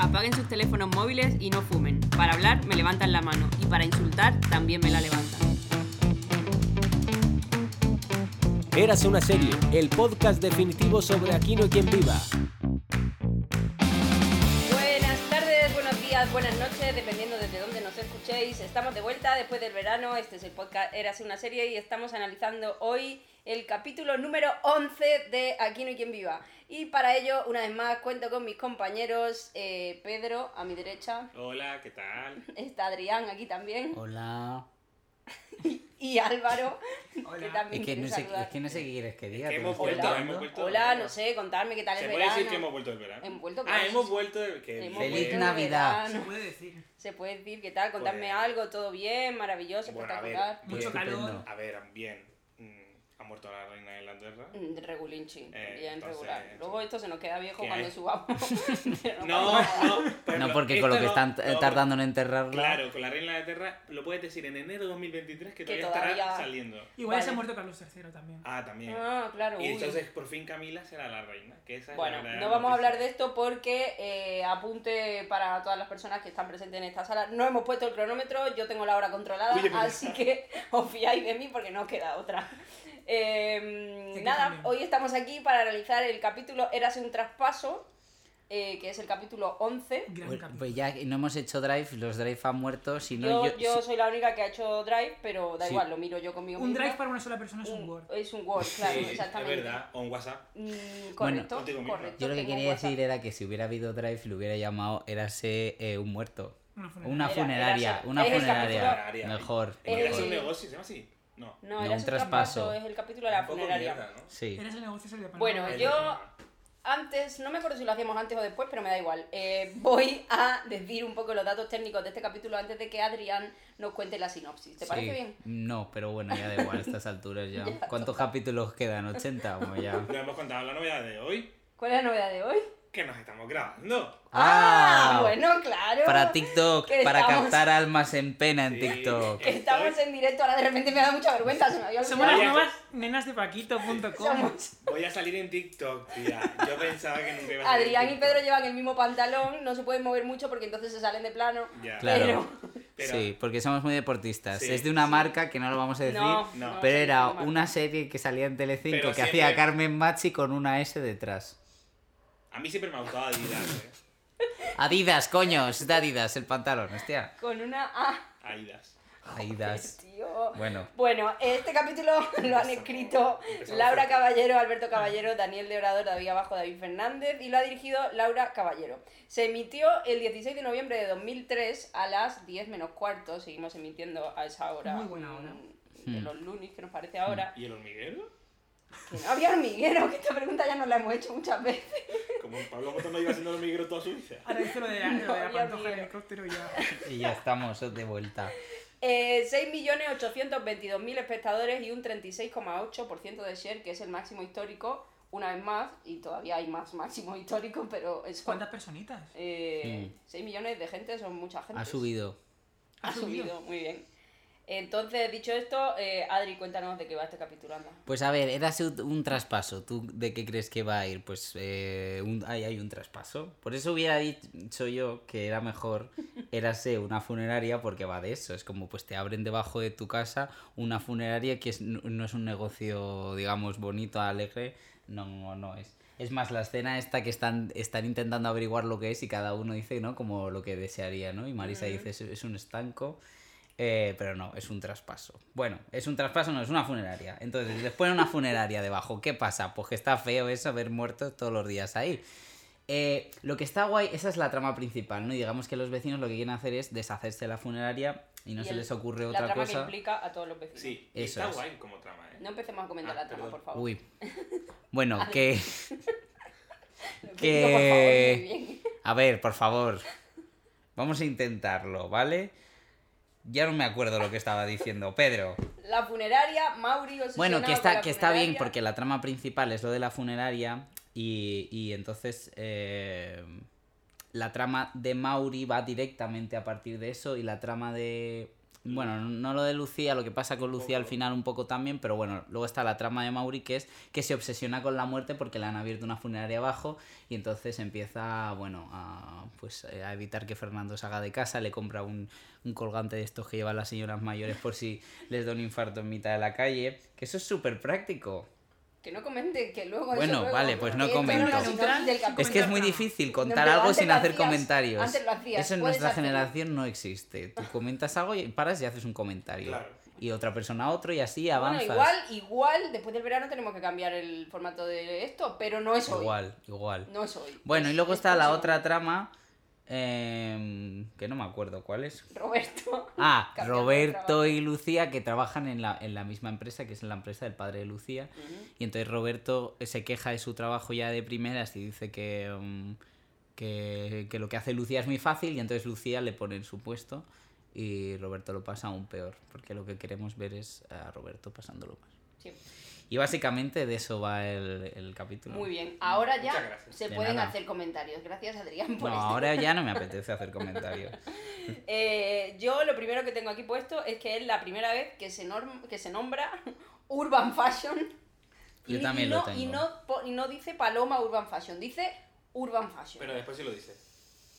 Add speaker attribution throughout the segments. Speaker 1: apaguen sus teléfonos móviles y no fumen. Para hablar me levantan la mano y para insultar también me la levantan.
Speaker 2: Érase una serie, el podcast definitivo sobre Aquino y quien viva.
Speaker 1: Buenas tardes, buenos días, buenas noches, dependiendo desde dónde nos escuchéis. Estamos de vuelta después del verano, este es el podcast Érase una serie y estamos analizando hoy el capítulo número 11 de Aquí no hay quien viva. Y para ello, una vez más, cuento con mis compañeros eh, Pedro, a mi derecha,
Speaker 3: Hola, ¿qué tal?
Speaker 1: está Adrián aquí también,
Speaker 4: Hola.
Speaker 1: y Álvaro, que
Speaker 3: Hola.
Speaker 1: también
Speaker 4: Es que,
Speaker 1: quiere
Speaker 4: no sé,
Speaker 1: saludar.
Speaker 4: es que no sé qué quieres que diga.
Speaker 3: que
Speaker 4: te
Speaker 3: hemos
Speaker 4: lo estoy
Speaker 1: vuelto,
Speaker 4: dando.
Speaker 3: hemos vuelto.
Speaker 1: Hola, no sé, contarme qué tal
Speaker 3: ¿Se
Speaker 1: el
Speaker 3: puede
Speaker 1: verano.
Speaker 3: decir que hemos vuelto del verano?
Speaker 1: Hemos vuelto,
Speaker 3: Ah,
Speaker 1: pues.
Speaker 3: hemos vuelto del que
Speaker 1: Hemos
Speaker 4: Feliz
Speaker 1: vuelto el
Speaker 4: Navidad.
Speaker 1: verano.
Speaker 5: Se puede decir.
Speaker 1: Se puede decir, ¿qué tal? Contadme
Speaker 3: Pues-
Speaker 1: algo, todo bien, maravilloso,
Speaker 3: Bueno, a ver,
Speaker 1: espectacular.
Speaker 4: Pues
Speaker 5: Mucho
Speaker 4: estupendo.
Speaker 5: calor.
Speaker 3: A ver, bien. mm, Ha muerto la reina de Inglaterra.
Speaker 1: Mm, Regulinchi,
Speaker 3: Eh,
Speaker 1: bien
Speaker 3: entonces,
Speaker 1: regular.
Speaker 3: eso.
Speaker 1: Luego esto se nos queda viejo
Speaker 3: ¿Qué
Speaker 1: cuando
Speaker 3: hay?
Speaker 1: subamos. Pero
Speaker 3: No,
Speaker 1: pasa nada.
Speaker 3: no. pero
Speaker 4: No, porque con lo
Speaker 3: esto
Speaker 4: que
Speaker 3: no-
Speaker 4: están eh,
Speaker 3: no,
Speaker 4: tardando en enterrarla.
Speaker 3: Claro, con la reina de Inglaterra lo puedes decir en enero de 2023 que
Speaker 1: Que
Speaker 3: todavía,
Speaker 1: todavía-
Speaker 3: estará saliendo.
Speaker 5: Igual
Speaker 1: Vale.
Speaker 5: se ha muerto Carlos III también.
Speaker 3: Ah, también.
Speaker 1: Ah, claro.
Speaker 3: y
Speaker 1: uy.
Speaker 3: entonces por fin Camila será la reina. Que esa es
Speaker 1: Bueno,
Speaker 3: la
Speaker 1: no
Speaker 3: gran
Speaker 1: vamos a
Speaker 3: noticia.
Speaker 1: hablar de esto porque eh, apunte para todas las personas que están presentes en esta sala. No hemos puesto el cronómetro, yo tengo la hora controlada,
Speaker 3: Oye, pero-
Speaker 1: así que os fiáis de mí porque no os queda otra. Eh,
Speaker 5: Sí, que
Speaker 1: nada,
Speaker 5: también.
Speaker 1: hoy estamos aquí para realizar el capítulo Érase un traspaso, eh, que es el capítulo 11.
Speaker 5: Gran
Speaker 4: Pues-
Speaker 5: capítulo.
Speaker 4: Pues ya no hemos hecho drive, los drive han muerto, si no
Speaker 1: Yo,
Speaker 4: yo...
Speaker 1: yo
Speaker 4: si-
Speaker 1: soy la única que ha hecho Drive, pero da
Speaker 4: Sí.
Speaker 1: igual, lo miro yo conmigo
Speaker 5: Un
Speaker 1: misma.
Speaker 5: drive para una sola persona es un Word.
Speaker 1: Es un Word, claro,
Speaker 3: Sí,
Speaker 1: exactamente.
Speaker 3: Es verdad, o en WhatsApp.
Speaker 1: Mm, correcto,
Speaker 3: contigo misma.
Speaker 1: correcto.
Speaker 4: yo lo que
Speaker 1: tengo un
Speaker 4: quería
Speaker 1: WhatsApp.
Speaker 4: decir era que si hubiera habido drive lo hubiera llamado érase eh, un muerto.
Speaker 5: Una funeral.
Speaker 4: Una
Speaker 1: Era-
Speaker 4: funeraria,
Speaker 1: érase-
Speaker 4: una
Speaker 1: es el
Speaker 4: funeraria.
Speaker 3: capítulo.
Speaker 4: Mejor.
Speaker 1: Eh,
Speaker 3: Era un
Speaker 4: mejor.
Speaker 3: negocio, se llama así. No.
Speaker 1: No,
Speaker 4: No,
Speaker 1: era
Speaker 4: un
Speaker 1: su
Speaker 4: traspaso.
Speaker 1: traspaso, es el capítulo de la
Speaker 3: Un poco
Speaker 1: funeraria.
Speaker 3: mierda, ¿no?
Speaker 4: Sí.
Speaker 5: Eres el negocio de Panamá.
Speaker 1: Bueno,
Speaker 3: Es
Speaker 1: yo-
Speaker 3: eso.
Speaker 1: Antes, no me acuerdo si lo hacíamos antes o después, pero me da igual. Eh, voy a decir un poco los datos técnicos de este capítulo antes de que Adrián nos cuente la sinopsis. ¿Te parece
Speaker 4: Sí.
Speaker 1: bien?
Speaker 4: No, pero bueno, ya da igual a estas alturas ya.
Speaker 1: Ya,
Speaker 4: ¿Cuántos capítulos quedan? ¿80? Bueno, ya.
Speaker 3: Nos hemos contado la novedad de hoy,
Speaker 1: ¿Cuál es la novedad de hoy?
Speaker 3: que nos estamos grabando.
Speaker 4: ¡Ah!
Speaker 1: bueno, claro.
Speaker 4: Para TikTok,
Speaker 1: que
Speaker 4: para
Speaker 1: estamos-
Speaker 4: captar almas en pena en
Speaker 3: Sí.
Speaker 4: TikTok.
Speaker 1: Que Estamos en directo, ahora de repente me da mucha vergüenza, se me había
Speaker 5: Somos
Speaker 1: olvidado.
Speaker 5: las
Speaker 3: Ya.
Speaker 5: nuevas nenas de Paquito.com.
Speaker 1: Somos-
Speaker 3: Voy a salir en TikTok, tía. Yo pensaba que nunca iba a salir en
Speaker 1: Adrián y
Speaker 3: TikTok.
Speaker 1: Pedro llevan el mismo pantalón, no se pueden mover mucho porque entonces se salen de plano.
Speaker 3: Ya.
Speaker 4: Claro.
Speaker 3: Pero-
Speaker 4: Sí, porque somos muy deportistas.
Speaker 3: Sí.
Speaker 4: Es de una marca que no lo vamos a decir,
Speaker 1: No,
Speaker 3: no,
Speaker 4: pero
Speaker 1: sí,
Speaker 4: era
Speaker 1: no, Marco.
Speaker 4: una serie que salía en Telecinco
Speaker 3: Pero
Speaker 4: que
Speaker 3: siempre-
Speaker 4: hacía Carmen Machi con una S detrás.
Speaker 3: A mí siempre me ha gustado Adidas, eh.
Speaker 4: Adidas, coño, es de Adidas el pantalón, hostia.
Speaker 1: Con una A.
Speaker 3: Adidas.
Speaker 4: Adidas.
Speaker 1: Tío.
Speaker 4: Bueno,
Speaker 1: Bueno, este capítulo lo han escrito
Speaker 3: Empezamos
Speaker 1: Laura
Speaker 3: fuerte.
Speaker 1: Caballero, Alberto Caballero, Daniel de Orador, David Abajo, David Fernández y lo ha dirigido Laura Caballero. Se emitió el 16 de noviembre de 2003 a las 10 menos cuarto, seguimos emitiendo a esa hora.
Speaker 5: Muy buena hora.
Speaker 1: mm,
Speaker 3: Hmm.
Speaker 1: De los lunes que nos parece ahora.
Speaker 3: ¿Y el hormiguero?
Speaker 1: Que no había hormiguero, que esta pregunta ya nos la hemos hecho muchas veces.
Speaker 3: Como Pablo Moto no iba haciendo el hormiguero toda su vida.
Speaker 5: Ahora dice lo de la, lo de la
Speaker 1: No, Dios
Speaker 5: pantoja del
Speaker 1: mío.
Speaker 5: helicóptero y ya.
Speaker 4: y ya estamos de vuelta.
Speaker 1: Eh, 6.822.000 espectadores y un 36,8% de share, que es el máximo histórico, una vez más, y todavía hay más máximos históricos, pero eso...
Speaker 5: ¿Cuántas personitas?
Speaker 1: Eh, 6 millones de gente son mucha gente.
Speaker 4: Hmm. Ha subido.
Speaker 1: Ha
Speaker 5: Ha
Speaker 1: subido,
Speaker 5: subido.
Speaker 1: muy bien. Entonces, dicho esto, eh, Adri, cuéntanos de qué va este capítulo, anda.
Speaker 4: Pues a ver, era un, un traspaso. ¿Tú de qué crees que va a ir? Pues eh, un- ahí hay un traspaso. Por eso hubiera dicho yo que era mejor érase una funeraria porque va de eso. Es como pues te abren debajo de tu casa una funeraria que es- no no es un negocio, digamos, bonito, alegre. No, no es. Es más, la escena esta que están, están intentando averiguar lo que es y cada uno dice, ¿no? Como lo que desearía, ¿no? Y Marisa
Speaker 1: Ujú.
Speaker 4: dice, "Es- es un estanco. Eh, pero no, es un traspaso. Bueno, es un traspaso, no, es una funeraria. Entonces, después una funeraria debajo. ¿Qué pasa? Pues que está feo eso, ver muertos todos los días ahí. Eh, lo que está guay, esa es la trama principal, ¿no? Y digamos que los vecinos lo que quieren hacer es deshacerse de la funeraria y no
Speaker 1: Y
Speaker 4: se
Speaker 1: el-
Speaker 4: les ocurre
Speaker 1: La
Speaker 4: otra
Speaker 1: trama que
Speaker 4: cosa.
Speaker 1: implica a todos los vecinos.
Speaker 3: Sí, y
Speaker 4: Eso
Speaker 3: está
Speaker 4: es.
Speaker 3: guay como trama, eh.
Speaker 1: No empecemos a comentar
Speaker 3: Ah,
Speaker 1: la trama,
Speaker 3: perdón.
Speaker 1: por favor.
Speaker 4: Uy. Bueno, que.
Speaker 1: Lo que...
Speaker 4: que-
Speaker 1: por favor, muy bien.
Speaker 4: A ver, por favor. Vamos a intentarlo, ¿vale? Ya no me acuerdo lo que estaba diciendo, Pedro.
Speaker 1: La funeraria, Mauri, obsesionado
Speaker 4: Bueno, que
Speaker 1: con
Speaker 4: está,
Speaker 1: la
Speaker 4: que está bien
Speaker 1: funeraria.
Speaker 4: porque la trama principal es lo de la funeraria y, y entonces eh, la trama de Mauri va directamente a partir de eso y la trama de, Bueno, no lo de Lucía, lo que pasa con Lucía al final un poco también, pero bueno, luego está la trama de Mauri que es que se obsesiona con la muerte porque le han abierto una funeraria abajo y entonces empieza, bueno, a, pues, eh, a evitar que Fernando salga de casa, le compra un, un colgante de estos que llevan las señoras mayores por si les da un infarto en mitad de la calle, que eso es súper práctico.
Speaker 1: Que no comente, que luego. eso
Speaker 4: Bueno,
Speaker 1: luego-
Speaker 4: vale, pues no
Speaker 1: Esto era
Speaker 4: comento.
Speaker 1: la sinopsis del capítulo.
Speaker 4: Es que es muy
Speaker 5: Comentar nada.
Speaker 4: difícil
Speaker 1: No,
Speaker 4: contar
Speaker 1: pero
Speaker 4: algo
Speaker 1: antes
Speaker 4: sin
Speaker 1: lo
Speaker 4: hacer
Speaker 1: hacías,
Speaker 4: comentarios.
Speaker 1: antes lo hacías,
Speaker 4: Eso en
Speaker 1: puedes
Speaker 4: nuestra
Speaker 1: hacerlo.
Speaker 4: generación no existe. Tú comentas algo y paras y haces un comentario.
Speaker 3: Claro.
Speaker 4: Y otra persona otro y así avanzas.
Speaker 1: Bueno, igual, igual, después del verano tenemos que cambiar el formato de esto, pero no es hoy.
Speaker 4: igual, igual.
Speaker 1: pues, No es hoy.
Speaker 4: Bueno, y
Speaker 1: Es-
Speaker 4: luego
Speaker 1: es
Speaker 4: está la
Speaker 1: próximo.
Speaker 4: otra trama em, que no me acuerdo cuál es.
Speaker 1: Roberto.
Speaker 4: Ah,
Speaker 1: Cambiando de trabajo.
Speaker 4: Roberto y Lucía que trabajan en la, en la misma empresa, que es la empresa del padre de Lucía. Y entonces Roberto eh, se queja de su trabajo ya de primeras y dice que, mm, que, que lo que hace Lucía es muy fácil y entonces Lucía le pone en su puesto y Roberto lo pasa aún peor, porque lo que queremos ver es a Roberto pasándolo más.
Speaker 1: Sí.
Speaker 4: Y básicamente de eso va el, el capítulo.
Speaker 1: Muy bien. Ahora
Speaker 3: Muchas
Speaker 1: ya
Speaker 3: gracias.
Speaker 1: se
Speaker 4: De
Speaker 1: pueden
Speaker 4: nada.
Speaker 1: hacer comentarios. Gracias, Adrián,
Speaker 4: No,
Speaker 1: por este-
Speaker 4: ahora ya no me apetece hacer comentarios.
Speaker 1: Eh, yo lo primero que tengo aquí puesto es que es la primera vez que se, norm- que se nombra Urban Fashion.
Speaker 4: Yo también
Speaker 1: no,
Speaker 4: lo tengo.
Speaker 1: Y no, po- y no dice Paloma Urban Fashion, dice Urban Fashion.
Speaker 3: Pero después sí lo dice.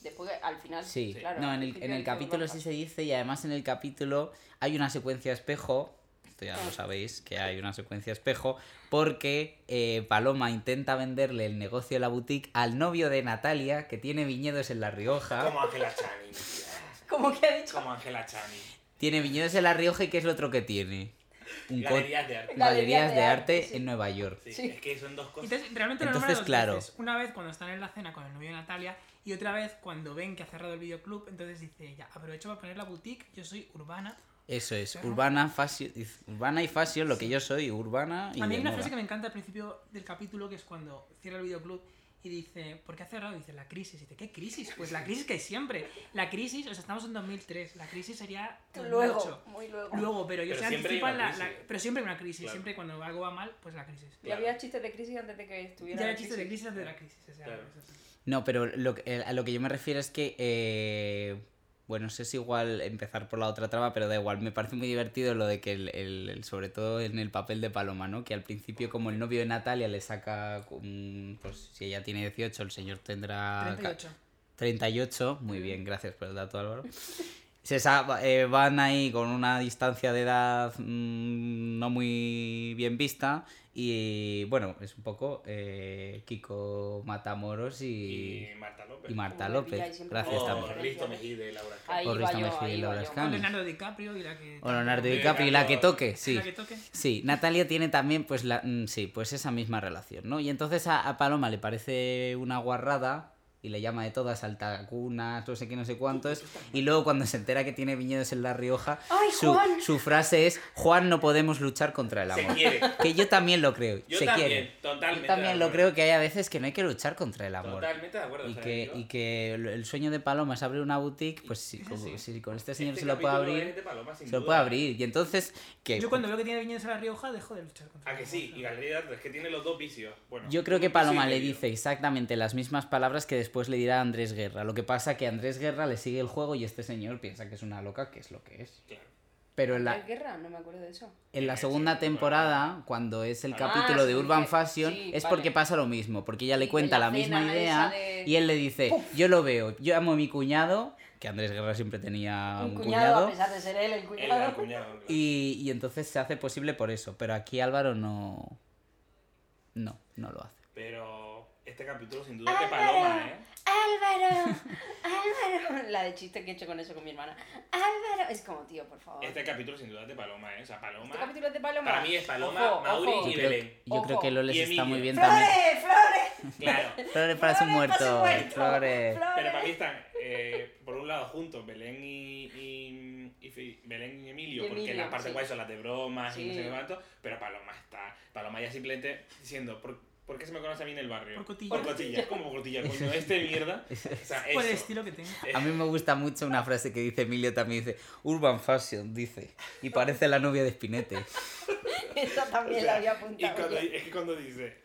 Speaker 1: Después, al final,
Speaker 4: Sí,
Speaker 1: claro.
Speaker 4: no,
Speaker 1: al
Speaker 4: en el,
Speaker 1: principio pues
Speaker 4: en el
Speaker 1: dice Urban
Speaker 4: capítulo sí
Speaker 1: Fashion.
Speaker 4: se dice y además en el capítulo hay una secuencia espejo, esto ya lo sabéis, que hay una secuencia espejo, porque eh, Paloma intenta venderle el negocio de la boutique al novio de Natalia, que tiene viñedos en La Rioja.
Speaker 3: Como Ángela Chani.
Speaker 1: Como que ha dicho
Speaker 3: Como Ángela Chani.
Speaker 4: Tiene viñedos en La Rioja y ¿qué es lo otro que tiene? Un co-
Speaker 3: Galerías de arte.
Speaker 4: galerías de arte
Speaker 1: sí.
Speaker 4: en Nueva York.
Speaker 3: Sí,
Speaker 1: Sí.
Speaker 3: Es que son dos cosas.
Speaker 5: Entonces, realmente lo
Speaker 4: Entonces,
Speaker 5: nombran dos
Speaker 4: claro.
Speaker 5: veces. Una vez cuando están en la cena con el novio de Natalia y otra vez cuando ven que ha cerrado el videoclub, entonces dice ella, aprovecho para poner la boutique, yo soy urbana.
Speaker 4: Eso es,
Speaker 5: Ajá.
Speaker 4: urbana, fashion, urbana y fashion, lo que yo soy, urbana y
Speaker 5: A mí
Speaker 4: de
Speaker 5: hay una
Speaker 4: moda.
Speaker 5: frase que me encanta al principio del capítulo, que es cuando cierra el videoclub y dice, ¿por qué ha cerrado? Dice, la crisis. dice, ¿qué crisis? Pues la crisis que hay siempre. La crisis, o sea, estamos en 2003, la crisis sería
Speaker 1: Tú
Speaker 5: 2008.
Speaker 1: Luego, muy luego.
Speaker 5: Luego, pero ellos
Speaker 3: Pero
Speaker 5: se
Speaker 3: siempre hay
Speaker 5: anticipan
Speaker 3: una
Speaker 5: la, la-
Speaker 3: crisis.
Speaker 5: Pero siempre hay una crisis,
Speaker 3: Claro.
Speaker 5: siempre cuando algo va mal, pues la crisis.
Speaker 1: Y había chistes de crisis antes de que estuviera.
Speaker 5: Ya
Speaker 1: la
Speaker 5: el chiste de crisis antes de la crisis. o sea,
Speaker 3: Claro.
Speaker 5: eso sí.
Speaker 4: No, pero lo que- eh, a lo que yo me refiero es que. eh, bueno, no sé si igual empezar por la otra trama, pero da igual. Me parece muy divertido lo de que, el, el- el- sobre todo en el papel de Paloma, ¿no? Que al principio, como el novio de Natalia le saca. mm, Pues si ella tiene 18, el señor tendrá. Ah, ca-
Speaker 5: 38.
Speaker 4: 38, muy bien, gracias por el dato Álvaro. Se sa- eh, van ahí con una distancia de edad mm, no muy bien vista y bueno, es un poco eh, Kiko Matamoros y,
Speaker 3: Y Marta López. Oh,
Speaker 4: y Marta
Speaker 1: Uy,
Speaker 4: López.
Speaker 1: ya, y siempre me-
Speaker 4: gracias
Speaker 3: O
Speaker 4: también.
Speaker 3: Risto Mejide y Laura Escanes.
Speaker 1: Ahí
Speaker 4: O
Speaker 1: va
Speaker 4: Risto
Speaker 1: yo,
Speaker 4: Mejide y
Speaker 1: ahí
Speaker 4: Laura
Speaker 1: va yo.
Speaker 5: O
Speaker 4: Escanes.
Speaker 5: Leonardo DiCaprio y la que...
Speaker 4: O Leonardo
Speaker 3: Hombre,
Speaker 4: DiCaprio y la que
Speaker 3: Carlos.
Speaker 4: toque, sí.
Speaker 5: La que toque.
Speaker 4: Sí, Natalia tiene también pues la mm, sí, pues esa misma relación, ¿no? Y entonces a, a Paloma le parece una guarrada y le llama de todas altacunas, no sé qué, no sé cuántos, y luego cuando se entera que tiene viñedos en La Rioja,
Speaker 1: ¡Ay,
Speaker 4: su,
Speaker 1: Juan!
Speaker 4: su frase es Juan no podemos luchar contra el
Speaker 3: Se
Speaker 4: amor.
Speaker 3: quiere.
Speaker 4: Que yo también lo creo,
Speaker 3: Yo
Speaker 4: se
Speaker 3: también,
Speaker 4: quiere.
Speaker 3: totalmente.
Speaker 4: Yo
Speaker 3: de
Speaker 4: también lo
Speaker 3: acuerdo.
Speaker 4: creo que hay a veces que no hay que luchar contra el amor.
Speaker 3: Totalmente de acuerdo.
Speaker 4: Y
Speaker 3: o sea,
Speaker 4: que,
Speaker 3: yo-
Speaker 4: y que el- el sueño de Paloma es abrir una boutique, pues si, como- si con este señor
Speaker 3: Este
Speaker 4: se lo puede
Speaker 3: capítulo
Speaker 4: abrir,
Speaker 3: es de Paloma, sin
Speaker 4: se lo
Speaker 3: duda.
Speaker 4: puede abrir. Y entonces, que
Speaker 5: Yo cuando veo que tiene viñedos en La Rioja, dejo de luchar contra
Speaker 3: Ah, que sí, y Galería de Arte, es que tiene los dos vicios. Bueno,
Speaker 4: Yo creo que
Speaker 3: un vicio
Speaker 4: Paloma
Speaker 3: y
Speaker 4: le
Speaker 3: medio.
Speaker 4: dice exactamente las mismas palabras que después le dirá Andrés Guerra. Lo que pasa que Andrés Guerra le sigue el juego y este señor piensa que es una loca, que es lo que es.
Speaker 3: Claro.
Speaker 4: Pero en
Speaker 1: ¿La
Speaker 4: la,
Speaker 1: guerra? No me acuerdo de eso.
Speaker 4: en la
Speaker 3: Sí,
Speaker 4: segunda
Speaker 3: sí,
Speaker 4: temporada, cuando es el
Speaker 3: Ah,
Speaker 4: capítulo de
Speaker 1: sí,
Speaker 4: Urban
Speaker 1: sí,
Speaker 4: Fashion,
Speaker 1: sí,
Speaker 4: es
Speaker 1: vale.
Speaker 4: porque pasa lo mismo, porque ella le
Speaker 1: Sí,
Speaker 4: cuenta
Speaker 1: con la
Speaker 4: la misma
Speaker 1: cena
Speaker 4: idea
Speaker 1: esa de-
Speaker 4: y él le dice, yo lo veo, yo amo a mi cuñado, que Andrés Guerra siempre tenía un,
Speaker 1: un cuñado, a
Speaker 4: cuñado.
Speaker 1: pesar de ser él el
Speaker 3: El
Speaker 1: cuñado.
Speaker 3: al cuñado. Y...
Speaker 4: Y, y entonces se hace posible por eso, pero aquí Álvaro no... No, no lo hace.
Speaker 3: Pero este capítulo sin
Speaker 1: Ah,
Speaker 3: duda es de Paloma, ¿eh?
Speaker 1: Álvaro, Álvaro. La de chiste que he hecho con eso con mi hermana. Álvaro. Es como, tío, por favor.
Speaker 3: Este capítulo sin duda es de Paloma, ¿eh? O sea, Paloma.
Speaker 1: Este capítulo es de Paloma.
Speaker 3: Para mí es Paloma, Mauri
Speaker 1: ojo.
Speaker 4: Yo
Speaker 3: Y
Speaker 4: creo,
Speaker 3: Belén.
Speaker 4: yo creo
Speaker 1: Ojo.
Speaker 4: que Loles
Speaker 3: Y
Speaker 4: está muy
Speaker 3: Emilio.
Speaker 4: bien también.
Speaker 1: ¡Flores, flores!
Speaker 3: Claro.
Speaker 4: Flores para su
Speaker 1: ¡Flores
Speaker 4: muerto.
Speaker 1: muerto!
Speaker 4: Flores.
Speaker 3: Pero para mí están, eh, por un lado, juntos Belén y, y, y Fi- Belén y Emilio,
Speaker 1: Y
Speaker 3: porque
Speaker 1: Emilio,
Speaker 3: las partes
Speaker 1: sí.
Speaker 3: guays son las de bromas y no sé
Speaker 1: Sí.
Speaker 3: qué cuánto, pero Paloma está, Paloma ya simplemente diciendo, ¿por, por qué se me conoce a mí en el barrio?
Speaker 5: Por cotilla.
Speaker 3: Por cotilla, como por cotilla, coño, este mierda. O sea,
Speaker 5: Por el
Speaker 3: eso.
Speaker 5: estilo que tengo.
Speaker 4: A mí me gusta mucho una frase que dice Emilio también dice Urban Fashion dice y parece la novia de Spinete.
Speaker 1: Eso
Speaker 3: O
Speaker 1: también
Speaker 3: sea,
Speaker 1: la había
Speaker 3: y
Speaker 1: apuntado.
Speaker 3: cuando-
Speaker 1: yo.
Speaker 3: es que cuando dice,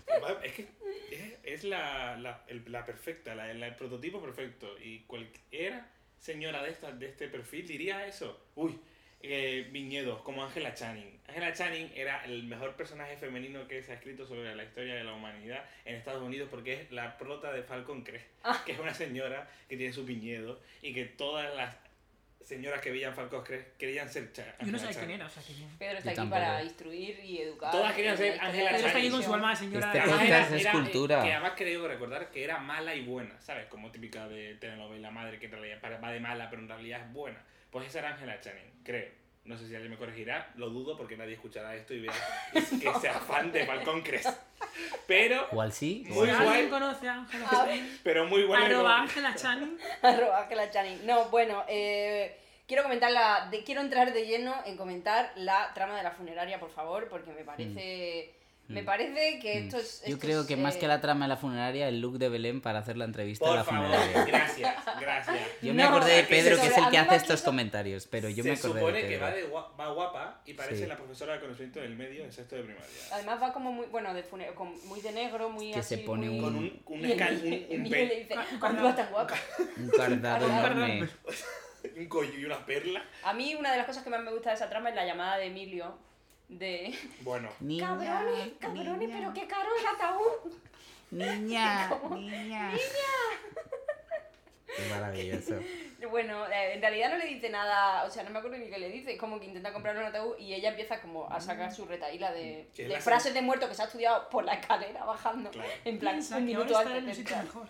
Speaker 3: es que es, es la, la, el, la perfecta, la, la- el prototipo perfecto. Y cualquier señora de, esta, de este perfil diría eso. Uy, eh, viñedos como Angela Channing. Angela Channing era el mejor personaje femenino que se ha escrito sobre la historia de la humanidad en Estados Unidos porque es la prota de Falcon Crest,
Speaker 1: Ah.
Speaker 3: que es una señora que tiene su viñedo y que todas las señoras que veían Falcon Crest querían ser Cha-
Speaker 5: Yo no
Speaker 3: Angela
Speaker 5: sabía quién
Speaker 3: Channing.
Speaker 5: era, o sea, que bien.
Speaker 1: Pedro está
Speaker 4: Yo
Speaker 1: aquí
Speaker 4: tampoco.
Speaker 1: para instruir y educar.
Speaker 3: Todas querían ser
Speaker 1: En la
Speaker 3: Ángela
Speaker 1: historia de
Speaker 5: Pero
Speaker 1: la
Speaker 5: está aquí con su
Speaker 1: televisión.
Speaker 5: alma de señora.
Speaker 4: Este
Speaker 3: Además,
Speaker 5: Ah,
Speaker 4: podcast
Speaker 5: era-
Speaker 4: es
Speaker 3: eh,
Speaker 4: cultura.
Speaker 3: Que además creo recordar que era mala y buena, ¿sabes? Como típica de telenovela madre que en realidad para- va de mala, pero en realidad es buena. Pues esa era Angela Channing, creo. No sé si alguien me corregirá, lo dudo porque nadie escuchará esto y verá que sea fan de Falcón Crest. Pero,
Speaker 4: Igual sí.
Speaker 3: Muy
Speaker 5: Si
Speaker 4: igual-
Speaker 3: guay.
Speaker 5: alguien conoce a Ángela Channing,
Speaker 3: pero muy buena.
Speaker 5: arroba
Speaker 3: como-
Speaker 5: Ángela Channing,
Speaker 1: Arroba Ángela Channing. No, bueno, eh, quiero comentar la. de- quiero entrar de lleno en comentar la trama de la funeraria, por favor, porque me parece. Me
Speaker 4: Mm.
Speaker 1: parece que
Speaker 4: Mm.
Speaker 1: esto es.
Speaker 4: Yo
Speaker 1: esto
Speaker 4: creo
Speaker 1: es,
Speaker 4: que más
Speaker 1: eh,
Speaker 4: que la trama de la funeraria, el look de Belén para hacer la entrevista a
Speaker 3: Por
Speaker 4: la
Speaker 3: favor,
Speaker 4: funeraria.
Speaker 3: gracias, gracias.
Speaker 4: Yo me
Speaker 1: No,
Speaker 4: acordé de
Speaker 3: que
Speaker 4: Pedro,
Speaker 3: se-
Speaker 4: que es el
Speaker 1: a mí
Speaker 4: que
Speaker 1: me
Speaker 4: hace
Speaker 1: ha
Speaker 4: estos
Speaker 1: dicho-
Speaker 4: comentarios, pero yo
Speaker 3: Se
Speaker 4: me acordé
Speaker 3: supone
Speaker 4: de
Speaker 3: que
Speaker 4: Pedro.
Speaker 3: va, de gua- va guapa y parece
Speaker 4: Sí.
Speaker 3: la profesora de conocimiento del medio de sexto de primaria.
Speaker 1: Además va como muy. bueno, de fune- con- muy de negro, muy.
Speaker 4: Que
Speaker 1: así,
Speaker 4: se pone
Speaker 1: muy-
Speaker 3: Con un, un,
Speaker 1: Y el-
Speaker 3: escal- un,
Speaker 1: y
Speaker 3: un
Speaker 1: el
Speaker 3: pe-
Speaker 1: le dice,
Speaker 5: Cuando-
Speaker 1: "Cuando vas tan guapa?".
Speaker 4: Un cardado
Speaker 1: Perdón,
Speaker 4: enorme.
Speaker 3: un collo y unas perlas.
Speaker 1: A mí una de las cosas que más me gusta de esa trama es la llamada de Emilio. De.
Speaker 3: Bueno,
Speaker 4: Niña,
Speaker 1: Cabrones, cabrones, pero qué caro el ataúd.
Speaker 4: Niña, niña. Qué maravilloso.
Speaker 1: Bueno, eh, en realidad no le dice nada, o sea, no me acuerdo ni qué le dice, como que intenta comprar un ataúd y ella empieza como a sacar su retaíla de,
Speaker 3: Que
Speaker 1: de
Speaker 3: la-
Speaker 1: frases de muerto que se ha estudiado por la escalera bajando,
Speaker 3: Claro.
Speaker 1: en plan,
Speaker 5: piensa
Speaker 1: un
Speaker 5: que
Speaker 1: minuto
Speaker 5: ahora está
Speaker 1: antes
Speaker 5: en un
Speaker 1: del
Speaker 5: sitio
Speaker 1: plan.
Speaker 5: mejor.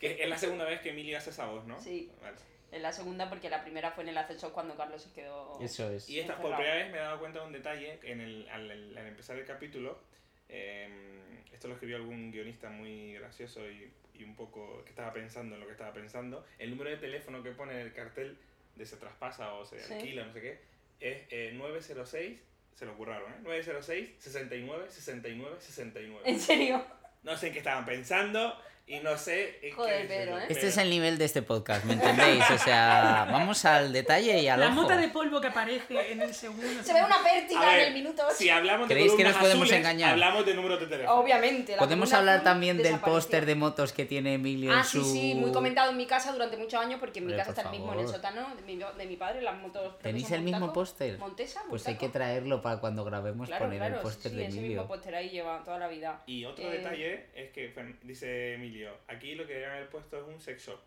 Speaker 3: Que es la segunda vez que Emilio hace esa voz, ¿no?
Speaker 1: Sí.
Speaker 3: Vale.
Speaker 1: En la segunda, porque la primera fue en el ascensor cuando Carlos se quedó...
Speaker 4: Eso es.
Speaker 3: Y esta, por
Speaker 1: Encerrado.
Speaker 3: primera vez me he dado cuenta de un detalle en el, al, al- al empezar el capítulo. eh, esto lo escribió algún guionista muy gracioso y, y un poco que estaba pensando en lo que estaba pensando. El número de teléfono que pone en el cartel de se traspasa o se
Speaker 1: Sí.
Speaker 3: alquila, no sé qué, es eh, 906, se lo curraron, ¿eh? 906 69 69 69.
Speaker 1: ¿En serio?
Speaker 3: No sé en qué estaban pensando y no sé en
Speaker 1: Joder,
Speaker 3: qué.
Speaker 1: Pedro, ¿eh?
Speaker 4: Este es el nivel de este podcast, ¿me entendéis? O sea, vamos al detalle y al
Speaker 5: La
Speaker 4: ojo.
Speaker 5: mota de polvo que aparece en el segundo.
Speaker 1: Se ve una
Speaker 3: A
Speaker 1: pértiga
Speaker 3: ver,
Speaker 1: en el minuto ocho.
Speaker 3: Si hablamos de
Speaker 4: ¿Creéis que
Speaker 3: columnas
Speaker 4: nos podemos
Speaker 3: azules,
Speaker 4: engañar?
Speaker 3: Hablamos de números de teléfono.
Speaker 1: Obviamente. la
Speaker 4: Podemos
Speaker 1: columna
Speaker 4: hablar
Speaker 1: azul
Speaker 4: también del
Speaker 1: desapareció.
Speaker 4: póster de motos que tiene Emilio en
Speaker 1: Ah,
Speaker 4: su...
Speaker 1: sí, sí, muy comentado en mi casa durante muchos años porque en mi
Speaker 4: Hombre,
Speaker 1: casa
Speaker 4: por
Speaker 1: está el mismo en el
Speaker 4: favor.
Speaker 1: sótano de mi, de mi padre, las motos. creo que
Speaker 4: ¿Tenéis
Speaker 1: son
Speaker 4: el mismo
Speaker 1: Montaco.
Speaker 4: póster?
Speaker 1: Montesa,
Speaker 4: Pues hay
Speaker 1: Montaco.
Speaker 4: que traerlo para cuando grabemos
Speaker 1: Claro,
Speaker 4: poner
Speaker 1: claro,
Speaker 4: el póster
Speaker 1: sí,
Speaker 4: de
Speaker 1: ese mismo
Speaker 4: Emilio.
Speaker 1: póster ahí lleva toda la vida.
Speaker 3: Y otro
Speaker 1: Eh,
Speaker 3: detalle es que, Fer- dice Emilio, aquí lo que deberían haber puesto es un sex shop.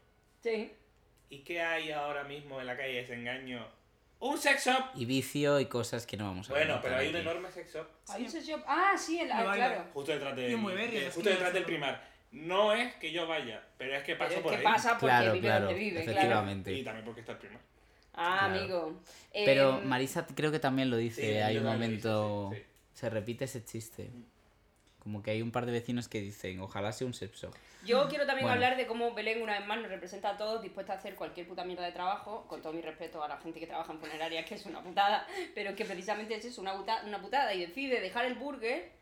Speaker 1: Sí.
Speaker 3: ¿Y qué hay ahora mismo en la calle de ese engaño? ¡Un sex shop!
Speaker 4: Y vicio y cosas que no vamos a
Speaker 3: Bueno,
Speaker 4: comentar
Speaker 3: pero hay un
Speaker 4: aquí.
Speaker 3: enorme sex shop
Speaker 1: Hay un sex shop- Ah, sí, el, ah,
Speaker 5: Lo hay,
Speaker 1: claro.
Speaker 3: justo detrás, del-
Speaker 5: Y un Mueberri,
Speaker 3: de- eh,
Speaker 5: la
Speaker 3: justo
Speaker 5: esquina
Speaker 3: detrás
Speaker 5: de
Speaker 3: del
Speaker 5: ese
Speaker 3: primar. No es que yo vaya, pero es que
Speaker 1: Pero
Speaker 3: paso
Speaker 1: es
Speaker 3: por
Speaker 1: que
Speaker 3: ahí.
Speaker 1: Eh, pasa porque
Speaker 4: Claro,
Speaker 1: vive
Speaker 4: claro,
Speaker 1: donde vive, claro.
Speaker 4: efectivamente.
Speaker 3: Y también porque está el primar.
Speaker 1: Ah,
Speaker 4: Claro.
Speaker 1: amigo.
Speaker 4: Pero
Speaker 1: Em,
Speaker 4: Marisa t- creo que también lo dice,
Speaker 3: Sí, yo
Speaker 4: hay un
Speaker 3: también lo dije,
Speaker 4: momento...
Speaker 3: sí, sí.
Speaker 4: Se repite ese chiste. Como que hay un par de vecinos que dicen, ojalá sea un sepso.
Speaker 1: Yo quiero también
Speaker 4: Bueno.
Speaker 1: hablar de cómo Belén una vez más nos representa a todos dispuesta a hacer cualquier puta mierda de trabajo, con todo mi respeto a la gente que trabaja en funerarias, que es una putada, pero que precisamente es eso, una, puta- una putada, y decide dejar el burger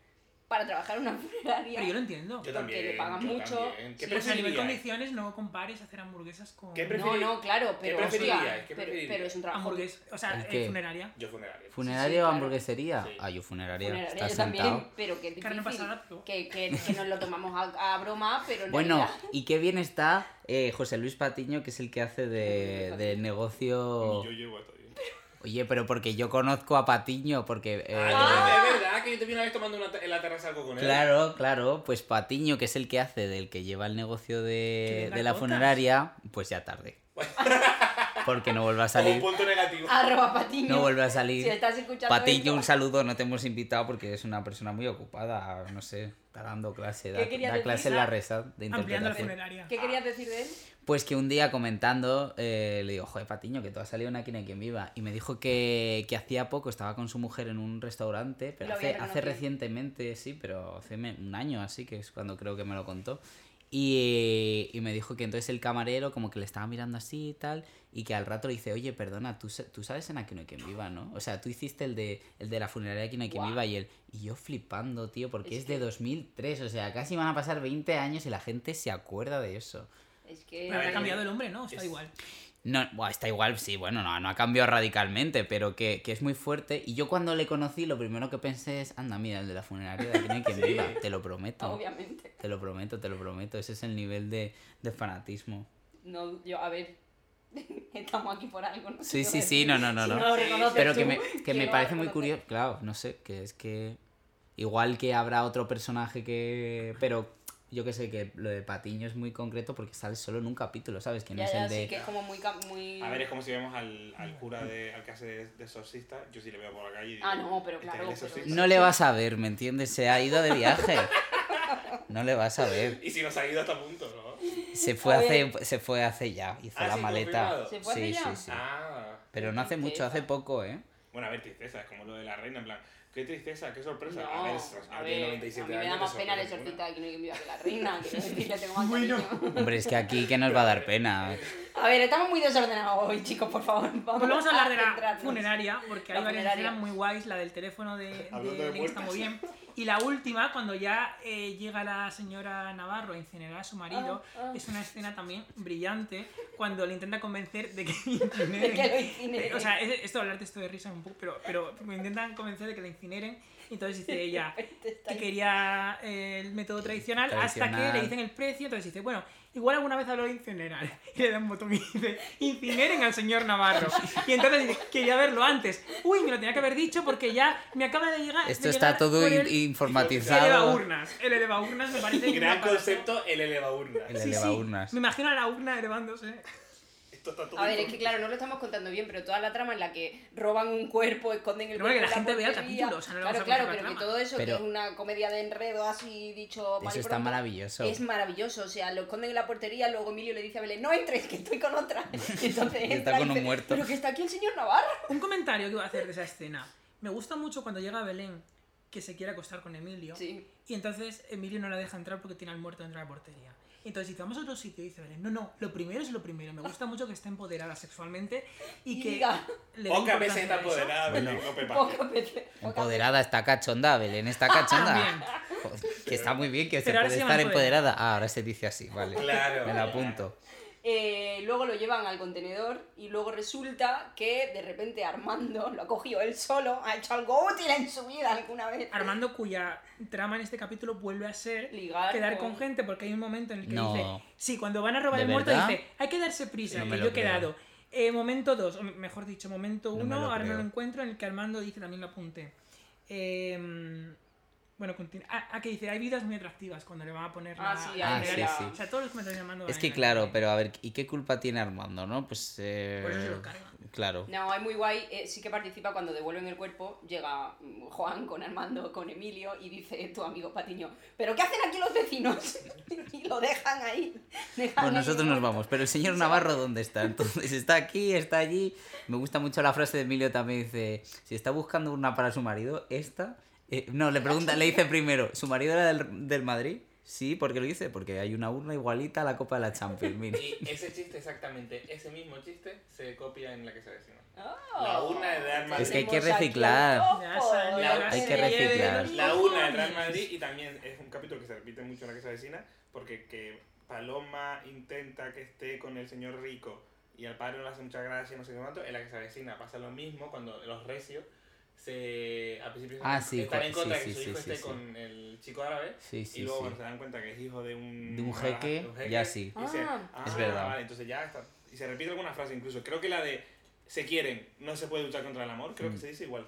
Speaker 1: para trabajar en una funeraria.
Speaker 5: Pero yo lo entiendo.
Speaker 3: Yo
Speaker 1: Porque
Speaker 3: también.
Speaker 1: le pagan
Speaker 3: yo
Speaker 1: mucho.
Speaker 3: también. ¿Qué eh?
Speaker 5: Sí, o sea, a nivel
Speaker 3: preferiríais?
Speaker 5: condiciones no compares hacer hamburguesas con
Speaker 3: ¿Qué pre-
Speaker 1: No,
Speaker 3: preferiría-
Speaker 1: no, claro, pero,
Speaker 3: ¿Qué preferirías?
Speaker 1: hostia,
Speaker 3: ¿Qué
Speaker 1: pero,
Speaker 3: preferirías?
Speaker 1: pero es un trabajo.
Speaker 5: hamburguesas, o sea,
Speaker 4: ¿El
Speaker 5: eh,
Speaker 4: qué?
Speaker 5: funeraria.
Speaker 3: Yo funerario.
Speaker 4: ¿Funeraria o
Speaker 1: claro.
Speaker 4: hamburguesería?
Speaker 3: Sí.
Speaker 4: Ay, yo funeraria.
Speaker 1: funeraria,
Speaker 4: está
Speaker 1: yo
Speaker 4: sentado.
Speaker 1: también, pero que es
Speaker 5: Carne
Speaker 1: difícil.
Speaker 5: pasada, pero-
Speaker 1: que, que, que nos lo tomamos a, a broma, pero en
Speaker 4: Bueno,
Speaker 1: realidad-
Speaker 4: y qué bien está eh, José Luis Patiño, que es el que hace de,
Speaker 1: José Luis
Speaker 4: de
Speaker 1: Patiño.
Speaker 4: negocio...
Speaker 3: Yo llevo hasta ahí.
Speaker 4: Oye, pero porque yo conozco a Patiño, porque... eh,
Speaker 3: Ah, es verdad que yo te vi una vez tomando una ta- en la terraza algo con él.
Speaker 4: Claro, claro, pues Patiño, que es el que hace del que lleva el negocio
Speaker 5: Que
Speaker 4: de,
Speaker 5: venda
Speaker 4: de la
Speaker 5: cocas.
Speaker 4: funeraria, pues ya tarde. Porque no vuelve a
Speaker 3: Como un
Speaker 4: salir.
Speaker 3: punto negativo.
Speaker 1: Arroba Patiño.
Speaker 4: No vuelve a
Speaker 1: Si
Speaker 4: salir.
Speaker 1: estás escuchando
Speaker 4: Patiño,
Speaker 1: esto,
Speaker 4: un saludo, no te hemos invitado porque es una persona muy ocupada, no sé, está dando clase, da,
Speaker 1: ¿Qué querías
Speaker 4: da
Speaker 1: decir?
Speaker 4: clase en
Speaker 1: Ah,
Speaker 4: la resa de
Speaker 5: Ampliando la
Speaker 4: interpretación.
Speaker 5: funeraria.
Speaker 1: ¿Qué querías decir de él?
Speaker 4: Pues que un día comentando eh, le digo, joder, Patiño, que tú has salido en Aquí no hay quien viva. Y me dijo que, que hacía poco estaba con su mujer en un restaurante, pero
Speaker 1: Lo había
Speaker 4: hace, hace
Speaker 1: reconocido.
Speaker 4: recientemente, sí, pero hace me- un año así, que es cuando creo que me lo contó. Y, y me dijo que entonces el camarero como que le estaba mirando así y tal, y que al rato le dice, oye, perdona, tú, sa- tú sabes en Aquí no hay quien viva, ¿no? O sea, tú hiciste el de, el de la funeraria Aquí no hay quien
Speaker 1: Guau.
Speaker 4: viva y él, y yo flipando, tío, porque
Speaker 1: Es
Speaker 4: es, de
Speaker 1: que-
Speaker 4: 2003, o sea, casi van a pasar 20 años y la gente se acuerda de eso.
Speaker 1: Es que.
Speaker 5: Pero
Speaker 3: A ver,
Speaker 5: habrá cambiado el hombre, ¿no? Está
Speaker 3: es-
Speaker 5: igual.
Speaker 4: No, buah, está igual, sí, bueno, no, no ha cambiado radicalmente, pero que, que es muy fuerte. Y yo cuando le conocí, lo primero que pensé es, anda, mira, el de la funeraria de aquí no hay quien viva, te lo prometo.
Speaker 1: Obviamente.
Speaker 4: Te lo prometo, te lo prometo. Ese es el nivel de, de fanatismo.
Speaker 1: No, yo, a ver. Estamos aquí por algo, ¿no?
Speaker 4: Sí,
Speaker 1: Yo
Speaker 4: sí,
Speaker 1: decir,
Speaker 4: sí, no, no, no,
Speaker 1: si
Speaker 4: no.
Speaker 1: no lo reconoces
Speaker 4: Pero
Speaker 1: tú,
Speaker 4: que me, que
Speaker 1: ¿quién
Speaker 4: me
Speaker 1: lo va a
Speaker 4: parece muy
Speaker 1: reconocer?
Speaker 4: curioso. Claro, no sé, que es que. Igual que habrá otro personaje que. Pero yo que sé, que lo de Patiño es muy concreto porque sale solo en un capítulo, ¿sabes? Que no
Speaker 1: Ya,
Speaker 4: es
Speaker 1: ya,
Speaker 4: el
Speaker 1: sí,
Speaker 4: de.
Speaker 1: que es como muy... cam- muy...
Speaker 3: A ver, es como si vemos al, al cura de, al que hace de, de exorcista. Yo sí le veo por la calle. y digo,
Speaker 1: Ah, no, pero
Speaker 3: "Este es el
Speaker 1: claro,
Speaker 3: exorcista".
Speaker 1: pero-
Speaker 4: No le vas a ver, ¿me entiendes? Se ha ido de viaje. No le vas a ver.
Speaker 3: Y si nos ha ido hasta punto, ¿no?
Speaker 4: Se fue
Speaker 1: A
Speaker 4: hace, se fue hace ya, hizo
Speaker 3: Ah,
Speaker 4: la
Speaker 3: sí,
Speaker 4: maleta.
Speaker 3: confirmado.
Speaker 1: ¿Se fue hace
Speaker 4: sí,
Speaker 1: ya?
Speaker 4: sí, sí.
Speaker 3: Ah.
Speaker 4: Pero no hace mucho, hace poco, ¿eh?
Speaker 3: Bueno, a ver, tristeza, es como lo de la reina, en plan, qué tristeza, qué sorpresa.
Speaker 1: No,
Speaker 3: a ver,
Speaker 1: a ver, a mí me da más pena el exorcista que no hay quien viva que la reina, que decir, le tengo más cariño.
Speaker 4: Hombre, es que aquí que nos va a dar pena.
Speaker 1: A ver, estamos muy desordenados hoy, chicos, por favor. Vamos,
Speaker 5: Volvemos Pues a hablar de la
Speaker 1: centrarnos.
Speaker 5: funeraria, porque hay
Speaker 1: La
Speaker 5: varias
Speaker 1: funeraria.
Speaker 5: escenas muy guays, la del teléfono de,
Speaker 3: Hablando
Speaker 5: de
Speaker 3: de
Speaker 5: Link está muy bien. Y la última, cuando ya eh, llega la señora Navarro a incinerar a su marido,
Speaker 1: Ah, ah.
Speaker 5: es una escena también brillante, cuando le intenta convencer de que
Speaker 1: De que lo
Speaker 5: incineren.
Speaker 1: incineren.
Speaker 5: Eh, o sea, es- esto hablar de esto de risa un poco, pero, pero me intentan convencer de que la incineren. Y entonces dice ella que quería eh, el método tradicional, hasta
Speaker 4: Tradicional.
Speaker 5: que le dicen el precio. Entonces dice, bueno, igual alguna vez habló de incinerar. Y le dan un botón y dice, incineren al señor Navarro. Y entonces dice, quería verlo antes. Uy, me lo tenía que haber dicho porque ya me acaba de llegar. de
Speaker 4: Esto
Speaker 5: llegar
Speaker 4: está todo in-
Speaker 5: por el- El eleva
Speaker 4: informatizado.
Speaker 5: urnas. El eleva urnas me parece un
Speaker 3: Gran
Speaker 5: aparato-
Speaker 3: concepto, el elevaurna.
Speaker 4: El elevaurnas.
Speaker 5: Me imagino a la urna elevándose.
Speaker 3: Esto está todo
Speaker 1: A ver, es
Speaker 3: en-
Speaker 1: que claro, no lo estamos contando bien, pero toda la trama en la que roban un cuerpo, esconden el
Speaker 5: Pero bueno,
Speaker 1: cuerpo
Speaker 5: que la
Speaker 1: en
Speaker 5: gente vea el
Speaker 1: portería.
Speaker 5: capítulo, o sea, no le
Speaker 1: Claro,
Speaker 5: vamos a
Speaker 1: claro,
Speaker 5: contar
Speaker 1: pero
Speaker 5: la
Speaker 1: que
Speaker 5: trama.
Speaker 1: todo eso,
Speaker 4: Pero-
Speaker 1: que es una comedia de enredo así dicho mal y
Speaker 4: Eso está
Speaker 1: pronto,
Speaker 4: maravilloso.
Speaker 1: Es maravilloso, o sea, lo esconden en la portería, luego Emilio le dice a Belén, no entres, que estoy con otra. Y Entonces
Speaker 4: está
Speaker 1: entra y
Speaker 4: con un
Speaker 1: dice,
Speaker 4: muerto.
Speaker 1: Pero que está aquí el señor Navarro.
Speaker 5: Un comentario que iba a hacer de esa escena. Me gusta mucho cuando llega Belén que se quiere acostar con Emilio.
Speaker 1: Sí.
Speaker 5: Y entonces Emilio no la deja entrar porque tiene al muerto dentro de la portería. Y entonces dice, vamos a otro sitio. Y dice Belén, no, no, lo primero es lo primero. Me gusta mucho que esté empoderada sexualmente y
Speaker 1: Y
Speaker 5: que
Speaker 1: diga.
Speaker 5: le dé
Speaker 3: Pocas veces
Speaker 5: importancia
Speaker 3: está
Speaker 5: a eso.
Speaker 3: apoderada
Speaker 4: Bueno.
Speaker 3: Belén López Vázquez.
Speaker 1: Pocas veces. pocas
Speaker 4: Empoderada, está cachonda, Belén está cachonda.
Speaker 5: También.
Speaker 4: Joder, que está muy bien, que se
Speaker 5: Pero ahora
Speaker 4: puede
Speaker 5: se llama
Speaker 4: estar
Speaker 5: empoderada.
Speaker 4: empoderada. Ah, ahora se dice así, vale.
Speaker 3: Claro.
Speaker 4: Me la apunto.
Speaker 1: Eh, luego lo llevan al contenedor y luego resulta que de repente Armando lo ha cogido él solo, ha hecho algo útil en su vida alguna vez.
Speaker 5: Armando, cuya trama en este capítulo vuelve a ser
Speaker 1: Ligar
Speaker 5: quedar
Speaker 1: con-
Speaker 5: con gente, porque hay un momento en el que
Speaker 4: No.
Speaker 5: dice, sí, cuando van a robar
Speaker 4: ¿De
Speaker 5: el muerto
Speaker 4: verdad?
Speaker 5: dice, hay que darse prisa,
Speaker 4: No
Speaker 5: que
Speaker 4: me
Speaker 5: yo
Speaker 4: lo
Speaker 5: he quedado.
Speaker 4: creo.
Speaker 5: Eh, momento 2, o me- mejor dicho, momento
Speaker 4: No me
Speaker 5: 1,
Speaker 4: lo
Speaker 5: ahora no lo
Speaker 4: creo.
Speaker 5: encuentro, en el que Armando dice, también lo apunté. Eh, bueno, continúa. Ah, ah, que dice, hay vidas muy atractivas cuando le van a poner
Speaker 1: Ah,
Speaker 5: la-
Speaker 1: sí,
Speaker 5: la
Speaker 4: ahí Ah, sí,
Speaker 5: medalla".
Speaker 4: sí.
Speaker 5: O sea, todos los comentarios de Armando
Speaker 4: Es
Speaker 5: van
Speaker 4: que
Speaker 5: en la
Speaker 4: claro,
Speaker 5: calle.
Speaker 4: pero a ver, ¿y qué culpa tiene Armando, no? Pues. Eh...
Speaker 5: Por eso se lo carga.
Speaker 4: Claro.
Speaker 1: No, es muy guay, eh, sí que participa cuando devuelven el cuerpo, llega mm, Juan con Armando, con Emilio y dice tu amigo Patiño, pero ¿qué hacen aquí los vecinos? y lo dejan ahí. dejan
Speaker 4: Pues
Speaker 1: ahí
Speaker 4: nosotros nos vamos, pero el señor Navarro, ¿dónde está? Entonces, está aquí, está allí. Me gusta mucho la frase de Emilio también, dice, si está buscando una para su marido, esta... eh, no, le pregunta, le dice primero, ¿su marido era del, del Madrid? Sí, ¿por qué lo dice? Porque hay una urna igualita a la Copa de la Champions, mira.
Speaker 3: Y ese chiste exactamente, ese mismo chiste, se copia en la que se vecina.
Speaker 1: Oh.
Speaker 3: La urna de Real Madrid.
Speaker 4: Es que hay que
Speaker 1: Tenemos aquí Eh,
Speaker 4: reciclar.
Speaker 1: un topo.
Speaker 5: Ya salió
Speaker 3: La-
Speaker 5: la
Speaker 3: hay que
Speaker 5: serie de
Speaker 4: reciclar.
Speaker 5: los
Speaker 3: La una del Real
Speaker 5: cojones.
Speaker 3: Madrid y también es un capítulo que se repite mucho en la casa vecina porque que Paloma intenta que esté con el señor rico y al padre no le hace mucha gracia, no sé qué cuánto, en la casa vecina pasa lo mismo cuando los recios se al principio
Speaker 4: Ah,
Speaker 3: están-
Speaker 4: sí,
Speaker 3: están en
Speaker 4: Juan-
Speaker 3: contra
Speaker 4: sí,
Speaker 3: que
Speaker 4: sí,
Speaker 3: su hijo
Speaker 4: sí, sí,
Speaker 3: esté
Speaker 4: sí.
Speaker 3: con el chico árabe
Speaker 4: Sí, sí,
Speaker 3: y luego
Speaker 4: sí.
Speaker 3: cuando se dan cuenta que es hijo de un
Speaker 4: De un jeque,
Speaker 3: de
Speaker 4: ya sí.
Speaker 3: y dice,
Speaker 1: Ah.
Speaker 3: "Ah,
Speaker 4: Es verdad.
Speaker 3: vale", entonces ya está. Y se repite alguna frase incluso. Creo que la de se quieren, no se puede luchar contra el amor, creo que
Speaker 4: Mm.
Speaker 3: se dice igual.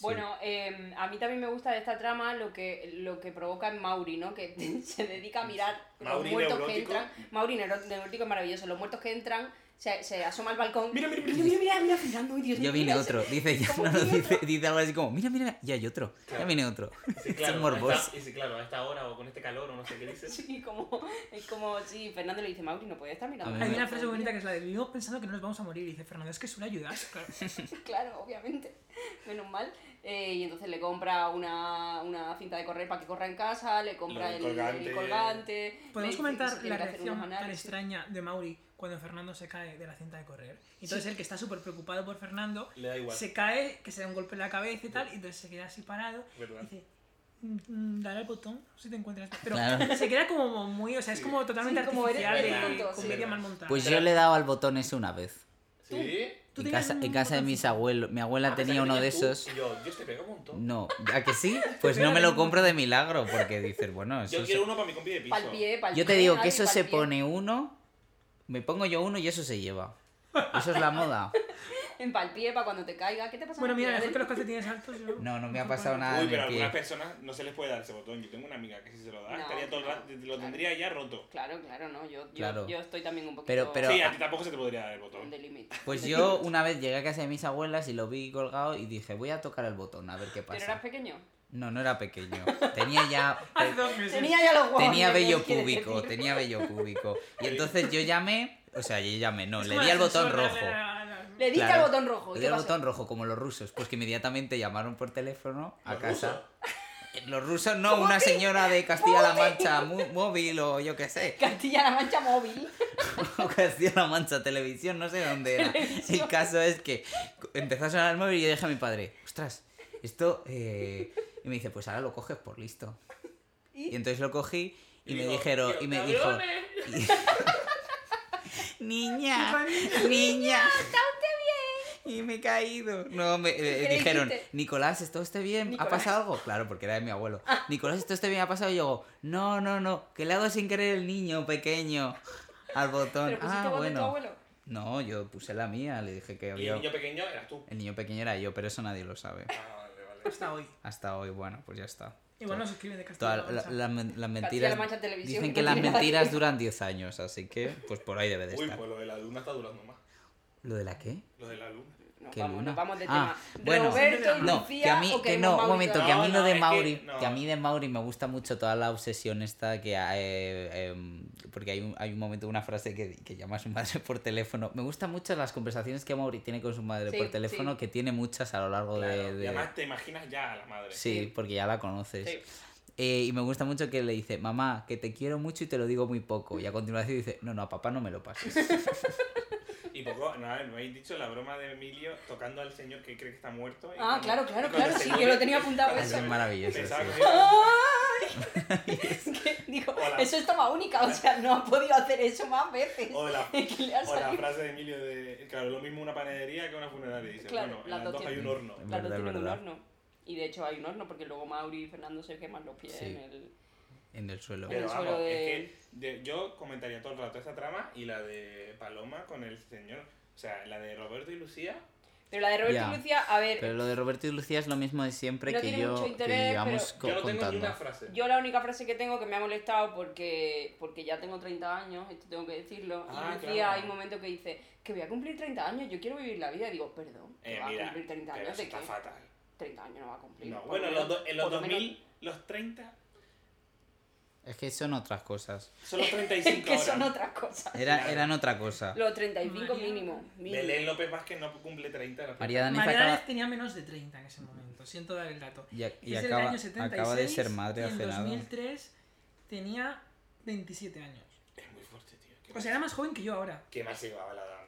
Speaker 1: Bueno, eh, a mí también me gusta de esta trama lo que, lo que provoca en Mauri, ¿no? Que se dedica a mirar
Speaker 3: Mauri
Speaker 1: los muertos que
Speaker 3: neurótico.
Speaker 1: entran. Mauri neuro- neurótico es maravilloso. Los muertos que entran se, se asoma al balcón.
Speaker 3: Mira, mira, mira,
Speaker 1: mira, mira, mira, Fernando, ay, Dios mío,
Speaker 4: Ya viene
Speaker 1: mira
Speaker 4: otro, dice, ya
Speaker 1: ¿Cómo
Speaker 4: no, no,
Speaker 1: viene
Speaker 4: dice, dice algo así como, mira, mira, ya hay otro, ya
Speaker 3: Claro.
Speaker 4: viene otro.
Speaker 3: Sí,
Speaker 4: Es
Speaker 3: claro,
Speaker 4: un
Speaker 3: a
Speaker 4: morboso.
Speaker 3: esta- y sí, claro, a esta hora o con este calor o no sé qué
Speaker 1: ese-
Speaker 3: dices.
Speaker 1: Sí, como, es como, sí, Fernando le dice, Mauri, no puede estar mirando.
Speaker 4: A mí
Speaker 5: Hay
Speaker 4: me-
Speaker 5: una frase muy bonita que es la de vivimos pensando que no nos vamos a morir. Y dice, Fernando, es que suele ayudar. Claro.
Speaker 1: Claro, obviamente, menos mal. Eh, y entonces le compra una, una cinta de correr para que corra en casa, le compra
Speaker 3: Lo
Speaker 1: el
Speaker 3: del
Speaker 1: el colgante.
Speaker 3: colgante.
Speaker 5: Podemos
Speaker 1: le dice que se
Speaker 5: comentar
Speaker 1: tiene
Speaker 5: la
Speaker 1: que hacer unos
Speaker 5: reacción tan
Speaker 1: análisis.
Speaker 5: extraña de Mauri cuando Fernando se cae de la cinta de correr. Y Entonces el que está súper preocupado por Fernando
Speaker 3: Le da igual.
Speaker 5: se cae, que se da un golpe en la cabeza y tal, y entonces se queda así parado.
Speaker 3: ¿Verdad?
Speaker 5: Y dice, "Mm, mm, dale al botón si te encuentras. Pero
Speaker 4: Claro.
Speaker 5: se queda como muy, o sea, es
Speaker 3: Sí.
Speaker 5: como totalmente
Speaker 1: Sí, como eres
Speaker 5: artificial
Speaker 1: muy
Speaker 5: de
Speaker 1: tonto, sí.
Speaker 5: comedia mal montada.
Speaker 4: Pues yo le he dado al botón ese una vez.
Speaker 3: ¿Sí?
Speaker 5: Tú
Speaker 4: En
Speaker 5: tenías
Speaker 4: casa, en
Speaker 5: un
Speaker 4: casa de mis
Speaker 5: botoncito.
Speaker 4: abuelos, mi abuela
Speaker 3: Ah, pensaba
Speaker 4: tenía
Speaker 3: que
Speaker 4: uno de
Speaker 3: tenías tú,
Speaker 4: esos.
Speaker 3: y yo, yo te pego un montón.
Speaker 4: No, ¿a que sí? Pues no me lo compro de milagro, porque dices, bueno, eso
Speaker 3: Yo
Speaker 4: se-
Speaker 3: quiero uno para mi compi de piso.
Speaker 1: Pa'l pie, pa'l
Speaker 4: Yo te
Speaker 1: pie,
Speaker 4: digo que
Speaker 1: Javi,
Speaker 4: eso
Speaker 1: pa'l
Speaker 4: se
Speaker 1: pie.
Speaker 4: pone uno, me pongo yo uno y eso se lleva. Eso es la moda.
Speaker 1: En palpié para cuando te caiga. ¿Qué te pasa?
Speaker 5: Bueno,
Speaker 1: con
Speaker 5: mira,
Speaker 1: el
Speaker 5: mejor que
Speaker 1: dedo?
Speaker 5: los calcetines altos. yo-
Speaker 4: No, no me ha pasado nada
Speaker 3: Uy,
Speaker 4: en
Speaker 3: pero a
Speaker 4: el
Speaker 3: algunas
Speaker 4: Ah, pie.
Speaker 3: personas no se les puede dar ese botón. Yo tengo una amiga que si se lo da,
Speaker 1: No,
Speaker 3: estaría todo el
Speaker 1: claro,
Speaker 3: rato, lo
Speaker 1: claro.
Speaker 3: tendría ya roto.
Speaker 1: Claro, claro, no. Yo, yo,
Speaker 4: Claro.
Speaker 1: yo estoy también un poquito.
Speaker 4: Pero- pero-
Speaker 3: sí, a ti tampoco se te podría dar el botón.
Speaker 1: de límite.
Speaker 4: Pues
Speaker 1: De
Speaker 4: yo
Speaker 1: límite.
Speaker 4: una vez llegué a casa de mis abuelas y lo vi colgado y dije, voy a tocar el botón a ver qué
Speaker 1: Pero eras
Speaker 4: pasa.
Speaker 1: pequeño.
Speaker 4: No, no era pequeño. Tenía ya... eh,
Speaker 5: Hace dos meses.
Speaker 1: Tenía ya los huevos.
Speaker 4: Tenía
Speaker 1: ¿qué
Speaker 4: vello
Speaker 1: quieres
Speaker 4: púbico,
Speaker 1: decir?
Speaker 4: tenía vello púbico. Y entonces yo llamé, o sea, yo llamé, no,
Speaker 5: Es
Speaker 4: le
Speaker 5: como
Speaker 4: di
Speaker 5: la
Speaker 4: al botón
Speaker 5: ascensor,
Speaker 4: rojo.
Speaker 5: la- la- la- la-
Speaker 1: Le diste
Speaker 4: Claro,
Speaker 1: al botón rojo.
Speaker 4: Le
Speaker 1: ¿Y
Speaker 4: di
Speaker 1: qué
Speaker 4: al
Speaker 1: pasó?
Speaker 4: botón rojo, como los rusos, pues que inmediatamente llamaron por teléfono a
Speaker 3: ¿Los
Speaker 4: casa. Eh, Los rusos no, una señora de Castilla-La Mancha mu- móvil o yo qué sé,
Speaker 1: Castilla-La Mancha móvil.
Speaker 4: o Castilla-La Mancha televisión, no sé dónde era. El caso es que empezó a sonar el móvil y yo dije a mi padre, ostras, esto... eh", Y me dice, pues ahora lo coges por listo. Y entonces lo cogí y,
Speaker 3: Y
Speaker 4: me
Speaker 3: dijo,
Speaker 4: dijeron,
Speaker 3: "Tío,
Speaker 4: y me dijo...
Speaker 3: cabrones".
Speaker 4: Niña, niña, bien. Y me he caído. No, me eh,
Speaker 1: ¿Qué le
Speaker 4: dijeron,
Speaker 1: dijiste?
Speaker 4: Nicolás, ¿esto esté bien?
Speaker 1: Nicolás. Ah.
Speaker 4: ¿Ha pasado algo? Claro, porque era de mi abuelo. Nicolás, ¿esto esté bien? ¿Ha pasado? Y yo, digo, no, no, no, que le hago sin querer el niño pequeño al botón.
Speaker 1: Pero pusiste
Speaker 4: Ah,
Speaker 1: voz de tu
Speaker 4: bueno.
Speaker 1: abuelo.
Speaker 4: No, yo puse la mía, le dije que
Speaker 3: Y
Speaker 4: había.
Speaker 3: el niño pequeño eras tú.
Speaker 4: El niño pequeño era yo, pero eso nadie lo sabe.
Speaker 3: Ah, vale, vale.
Speaker 5: Hasta hoy.
Speaker 4: Hasta hoy, bueno, pues ya está.
Speaker 5: Igual
Speaker 4: Todo-
Speaker 5: nos escriben de
Speaker 4: Toda-
Speaker 5: Castilla.
Speaker 4: la-
Speaker 5: Mancha.
Speaker 4: la- men- las
Speaker 1: Castilla-La
Speaker 4: mentiras
Speaker 1: Mancha Televisión,
Speaker 4: dicen
Speaker 1: no
Speaker 4: que las
Speaker 1: tiene nada que
Speaker 4: mentiras
Speaker 1: ver.
Speaker 4: duran 10 años, así que pues por ahí debe de
Speaker 3: Uy,
Speaker 4: estar.
Speaker 3: pues lo de la luna está durando más.
Speaker 4: ¿Lo de la qué?
Speaker 3: Lo de la luna.
Speaker 1: Nos
Speaker 4: ¿Qué
Speaker 1: vamos,
Speaker 4: luna?
Speaker 1: nos vamos de
Speaker 4: Ah,
Speaker 1: tema.
Speaker 4: bueno,
Speaker 1: Roberto,
Speaker 4: No,
Speaker 1: Lucía,
Speaker 4: que a mí,
Speaker 1: o
Speaker 4: que
Speaker 1: queremos
Speaker 4: no, un
Speaker 1: Mauri
Speaker 4: momento, que
Speaker 1: todavía.
Speaker 4: a mí
Speaker 3: No,
Speaker 4: lo
Speaker 3: no,
Speaker 4: de
Speaker 3: es
Speaker 4: Mauri,
Speaker 3: que no.
Speaker 4: que a mí de Mauri me gusta mucho toda la obsesión esta que ha- eh, em, porque hay un, hay un momento, una frase que, que llama a su madre por teléfono. Me gustan mucho las conversaciones que Mauri tiene con su madre
Speaker 1: Sí,
Speaker 4: por teléfono,
Speaker 1: sí.
Speaker 4: que tiene muchas a lo largo de-
Speaker 3: Claro,
Speaker 4: de...
Speaker 3: Y además te imaginas ya a la madre.
Speaker 4: Sí, porque ya la conoces.
Speaker 1: Sí.
Speaker 4: Eh, y me gusta mucho que le dice, mamá, que te quiero mucho y te lo digo muy poco. Y a continuación dice, no, no, a papá no me lo pases.
Speaker 3: Y poco, no, me habéis dicho la broma de Emilio tocando al señor que cree que está muerto. y
Speaker 1: Ah,
Speaker 3: cuando-
Speaker 1: claro,
Speaker 3: y
Speaker 1: claro,
Speaker 3: cuando
Speaker 1: claro,
Speaker 3: se
Speaker 1: sí,
Speaker 3: muere-
Speaker 1: que lo tenía apuntado
Speaker 3: cuando
Speaker 1: eso.
Speaker 3: se
Speaker 4: Es maravilloso,
Speaker 3: Pensaba
Speaker 4: sí.
Speaker 3: que era-
Speaker 1: ¡Ay! Que digo,
Speaker 3: Hola.
Speaker 1: eso es toma única, o sea, no ha podido hacer eso más veces.
Speaker 3: O la,
Speaker 1: Es que le ha
Speaker 3: o la
Speaker 1: salido.
Speaker 3: frase de Emilio de. Claro, lo mismo una panadería que una funeraria. Dice,
Speaker 1: Claro,
Speaker 3: bueno, en
Speaker 1: las
Speaker 3: las
Speaker 1: dos
Speaker 3: dos hay un
Speaker 1: tienen-
Speaker 3: horno.
Speaker 4: Es
Speaker 1: Las dos
Speaker 4: verdad, es
Speaker 1: tienen un
Speaker 4: verdad.
Speaker 1: horno. Y de hecho hay un horno porque luego Mauri y Fernando se queman los pies
Speaker 4: Sí.
Speaker 1: en el...
Speaker 4: en el suelo.
Speaker 1: En el
Speaker 3: Pero
Speaker 1: suelo
Speaker 3: vamos,
Speaker 1: de-
Speaker 3: es que de- yo comentaría todo el rato esta trama y la de Paloma con el señor. O sea, la de Roberto y Lucía.
Speaker 1: Pero la de Roberto
Speaker 4: Ya.
Speaker 1: y Lucía, a ver,
Speaker 4: Pero lo de Roberto y Lucía es lo mismo de siempre
Speaker 1: No
Speaker 4: que
Speaker 1: tiene
Speaker 4: yo
Speaker 1: mucho
Speaker 4: que
Speaker 1: interés,
Speaker 4: llevamos co-
Speaker 3: Yo no tengo ni
Speaker 4: contando.
Speaker 3: una frase.
Speaker 1: yo la única frase que tengo que me ha molestado porque, porque ya tengo 30 años, esto tengo que decirlo,
Speaker 3: Ah,
Speaker 1: y Lucía
Speaker 3: claro.
Speaker 1: hay un momento que dice que voy a cumplir 30 años, yo quiero vivir la vida, y digo, perdón, que
Speaker 3: Eh,
Speaker 1: va a
Speaker 3: mira,
Speaker 1: ah, cumplir 30
Speaker 3: pero
Speaker 1: años,
Speaker 3: eso
Speaker 1: ¿de qué?
Speaker 3: está fatal.
Speaker 1: 30 años no va a cumplir.
Speaker 3: No,
Speaker 1: por
Speaker 3: bueno,
Speaker 1: lo
Speaker 3: en los,
Speaker 1: menos-
Speaker 3: do- en los
Speaker 1: por lo menos-
Speaker 3: 2000, los 30,
Speaker 4: Es que son otras cosas.
Speaker 3: son los
Speaker 1: Es
Speaker 3: 35
Speaker 1: que son
Speaker 3: ahora.
Speaker 1: otras cosas.
Speaker 4: Era,
Speaker 3: Claro.
Speaker 4: eran otra cosa.
Speaker 1: Los 35
Speaker 5: María.
Speaker 1: mínimo. mínimo.
Speaker 3: Belén López Vázquez no cumple 30. la
Speaker 4: María Daneza
Speaker 5: Mariana
Speaker 4: acaba,
Speaker 5: López tenía menos de 30 en ese momento, siento dar el dato.
Speaker 4: y, a- y
Speaker 5: es del
Speaker 4: acaba-
Speaker 5: año 76,
Speaker 4: acaba de ser madre
Speaker 5: y
Speaker 4: hace
Speaker 5: en
Speaker 4: nada.
Speaker 5: 2003 tenía 27 años.
Speaker 3: Es muy fuerte, tío. ¿Qué,
Speaker 5: O
Speaker 1: Pues
Speaker 5: sea, era más joven que yo ahora.
Speaker 3: qué más se llevaba la de antes?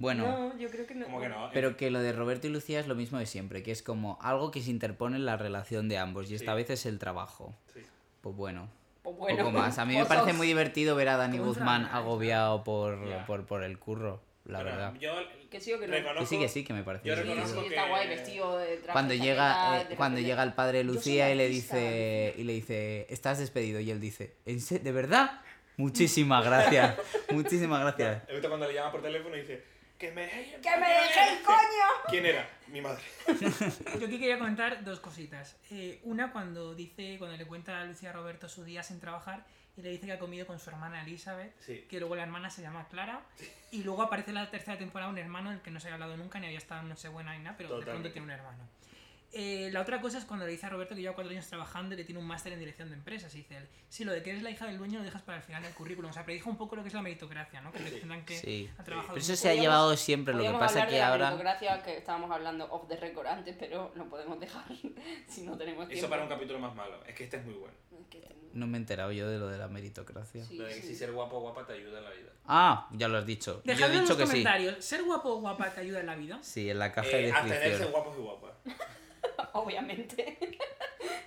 Speaker 4: Bueno,
Speaker 1: No, yo creo que no.
Speaker 3: Como que no. eh,
Speaker 4: pero que lo de Roberto y Lucía es lo mismo de siempre, que es como algo que se interpone en la relación de ambos, y esta
Speaker 3: Sí.
Speaker 4: vez es el trabajo.
Speaker 3: Sí.
Speaker 4: Pues bueno,
Speaker 1: Pues bueno,
Speaker 4: poco más. A mí me
Speaker 1: cosas.
Speaker 4: parece muy divertido ver a Dani
Speaker 5: Como un
Speaker 4: Guzmán
Speaker 5: drama, ¿eh?
Speaker 4: agobiado por,
Speaker 3: Ya.
Speaker 4: por, por el curro, la
Speaker 3: Pero
Speaker 4: verdad.
Speaker 3: Yo
Speaker 1: Que sí o que no.
Speaker 3: reconozco-
Speaker 4: Que sí, que sí, que me parece
Speaker 3: yo
Speaker 1: Sí,
Speaker 4: divertido.
Speaker 3: reconozco
Speaker 1: sí, está
Speaker 3: que-
Speaker 1: guay vestido de traje.
Speaker 4: cuando
Speaker 1: chaqueta,
Speaker 4: llega eh,
Speaker 1: de
Speaker 4: cuando
Speaker 1: repente-
Speaker 4: llega el padre de
Speaker 1: Yo soy
Speaker 4: Lucía y le
Speaker 1: artista.
Speaker 4: dice y le dice estás despedido y él dice "¿En se- de verdad muchísimas gracias muchísimas gracias
Speaker 3: He visto cuando le llama por teléfono y dice: ¡Que me deje!
Speaker 1: ¡Que me deje el coño!
Speaker 3: ¿Quién era? Mi madre.
Speaker 5: Yo aquí quería comentar dos cositas. Eh, una, cuando dice, cuando le cuenta a Lucía Roberto su día sin trabajar y le dice que ha comido con su hermana Elizabeth,
Speaker 3: Sí.
Speaker 5: que luego la hermana se llama Clara, y luego aparece en la tercera temporada un hermano del que no se había hablado nunca, ni había estado en Nochebuena ni nada, pero de pronto
Speaker 3: Totalmente.
Speaker 5: tiene un hermano. Eh, la otra cosa es cuando le dice a Roberto que lleva cuatro años trabajando y que tiene un máster en dirección de empresas. Y dice él, si lo de que eres la hija del dueño lo dejas para el final del currículum. O sea, predijo un poco lo que es la meritocracia, ¿no? Que te
Speaker 3: Sí.
Speaker 5: tendrán que
Speaker 4: Sí.
Speaker 5: ha trabajado
Speaker 4: pero eso
Speaker 5: mucho.
Speaker 4: se ha
Speaker 1: Podríamos-
Speaker 4: llevado siempre lo que
Speaker 1: Podríamos
Speaker 4: pasa
Speaker 1: hablar de
Speaker 4: que
Speaker 1: la
Speaker 4: ahora
Speaker 1: meritocracia que estábamos hablando off the record antes, pero lo podemos dejar si no tenemos tiempo.
Speaker 3: Eso para un capítulo más malo. Es que este es muy bueno.
Speaker 1: Que este no-
Speaker 4: no me he enterado yo de lo de la meritocracia
Speaker 1: Sí,
Speaker 3: Lo de que
Speaker 1: sí.
Speaker 3: si ser guapo o guapa te ayuda en la vida.
Speaker 4: ah ya lo has dicho yo
Speaker 5: Dejadme
Speaker 4: he
Speaker 5: en
Speaker 4: dicho
Speaker 5: los
Speaker 4: que sí
Speaker 5: comentarios, ¿ser guapo o guapa te ayuda en la vida?
Speaker 4: sí en la caja de
Speaker 3: Eh, abstenerse
Speaker 4: descripción
Speaker 3: guapos y guapas.
Speaker 1: Obviamente.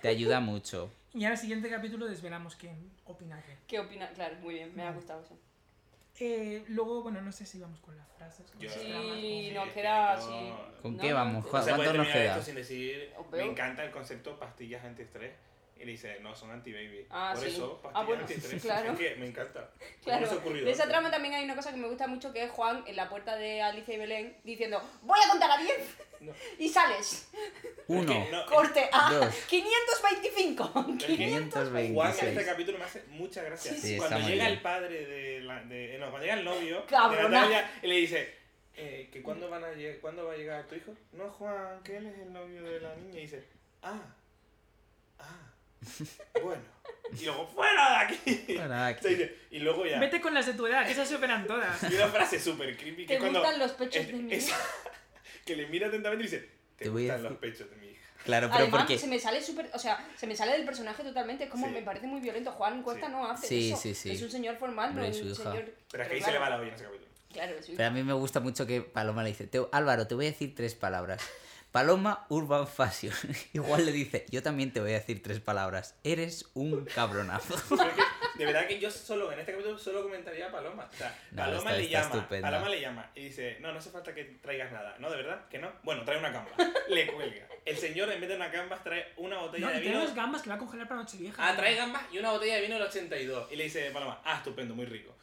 Speaker 4: te ayuda mucho
Speaker 5: Y ahora el siguiente capítulo desvelamos quién opina qué.
Speaker 1: ¿Qué opina? Claro, muy bien, me ha gustado eso.
Speaker 5: Eh, luego, bueno, no sé si vamos con las frases. con
Speaker 3: Yo-
Speaker 5: los dramas,
Speaker 1: Sí,
Speaker 3: sí,
Speaker 1: nos
Speaker 3: es que
Speaker 1: queda
Speaker 3: yo-
Speaker 1: así.
Speaker 4: ¿Con
Speaker 1: No,
Speaker 4: qué
Speaker 1: no,
Speaker 4: vamos?
Speaker 1: te-
Speaker 4: Juan?
Speaker 3: se puede
Speaker 4: ¿Cuánto nos
Speaker 3: terminar
Speaker 4: queda?
Speaker 3: esto sin decir.
Speaker 1: O peor.
Speaker 3: Me encanta el concepto pastillas antiestrés. Eh, Y le dice, no, son anti-baby.
Speaker 1: Ah,
Speaker 3: Por
Speaker 1: sí.
Speaker 3: eso,
Speaker 1: Ah,
Speaker 3: pastilla
Speaker 1: bueno,
Speaker 3: antiestrés.
Speaker 1: claro.
Speaker 3: Es que me encanta.
Speaker 1: Claro,
Speaker 3: No se ha ocurrido
Speaker 1: de esa
Speaker 3: antes.
Speaker 1: trama también hay una cosa que me gusta mucho que es Juan en la puerta de Alicia y Belén diciendo voy a contar a 10
Speaker 3: No.
Speaker 1: y sales.
Speaker 4: Uno.
Speaker 3: Es que no,
Speaker 1: Corte a
Speaker 4: Dos.
Speaker 1: 525.
Speaker 3: Es que- Juan en
Speaker 4: 526.
Speaker 3: este capítulo me hace muchas gracias.
Speaker 4: Sí, está
Speaker 3: cuando
Speaker 4: muy
Speaker 3: llega
Speaker 4: bien.
Speaker 3: el padre de, la, de no, cuando llega el novio
Speaker 1: Cabrona.
Speaker 3: de Natalia y le dice eh, que cuándo van a lleg- cuándo va a llegar tu hijo. No, Juan, que él es el novio de la niña y dice, "Ah. Ah. Bueno." Y luego fuera de aquí.
Speaker 4: Fuera de aquí.
Speaker 3: Se dice, Y luego ya
Speaker 5: Vete con las de tu edad, que esas se operan todas.
Speaker 3: y una frase súper creepy que
Speaker 1: ¿Te
Speaker 3: es cuando
Speaker 1: gustan los pechos
Speaker 3: es-
Speaker 1: de mi
Speaker 3: es-
Speaker 1: hija?
Speaker 3: que le mira atentamente y dice, "Te,
Speaker 4: Te voy a
Speaker 3: gustan los
Speaker 4: decir-
Speaker 3: pechos de mi hija."
Speaker 4: Claro, pero
Speaker 1: Además,
Speaker 4: porque.
Speaker 1: se me sale súper, o sea, se me sale del personaje totalmente, es como
Speaker 3: Sí.
Speaker 1: me parece muy violento. Juan Cuesta
Speaker 3: Sí.
Speaker 1: no hace
Speaker 4: Sí,
Speaker 1: eso.
Speaker 4: sí, sí.
Speaker 1: Es un señor formal, no
Speaker 4: Hombre,
Speaker 1: es
Speaker 4: su
Speaker 1: un
Speaker 4: hija.
Speaker 1: señor...
Speaker 3: Pero es que ahí se le
Speaker 1: claro,
Speaker 3: va la olla en ese capítulo.
Speaker 1: Claro, es su
Speaker 4: Pero a
Speaker 1: hija.
Speaker 4: mí me gusta mucho que Paloma le dice: "Te- Álvaro, te voy a decir tres palabras. Paloma Urban Fashion. Igual le dice: Yo también te voy a decir tres palabras. Eres un cabronazo.
Speaker 3: Pero que, de verdad que yo solo en este capítulo solo comentaría a Paloma. O sea,
Speaker 4: No,
Speaker 3: Paloma
Speaker 4: está-
Speaker 3: le
Speaker 4: está
Speaker 3: llama.
Speaker 4: estupenda.
Speaker 3: Paloma le llama y dice, no, no hace falta que traigas nada. No, de verdad, que no. Bueno, trae una gamba. Le cuelga. El señor en vez de una gamba trae una botella
Speaker 5: No, y
Speaker 3: de
Speaker 5: tiene
Speaker 3: vino.
Speaker 5: unas gambas que va a congelar para Nochevieja.
Speaker 3: Ah, trae gambas y una botella de vino del 82. Y le dice Paloma, ah, estupendo, muy rico.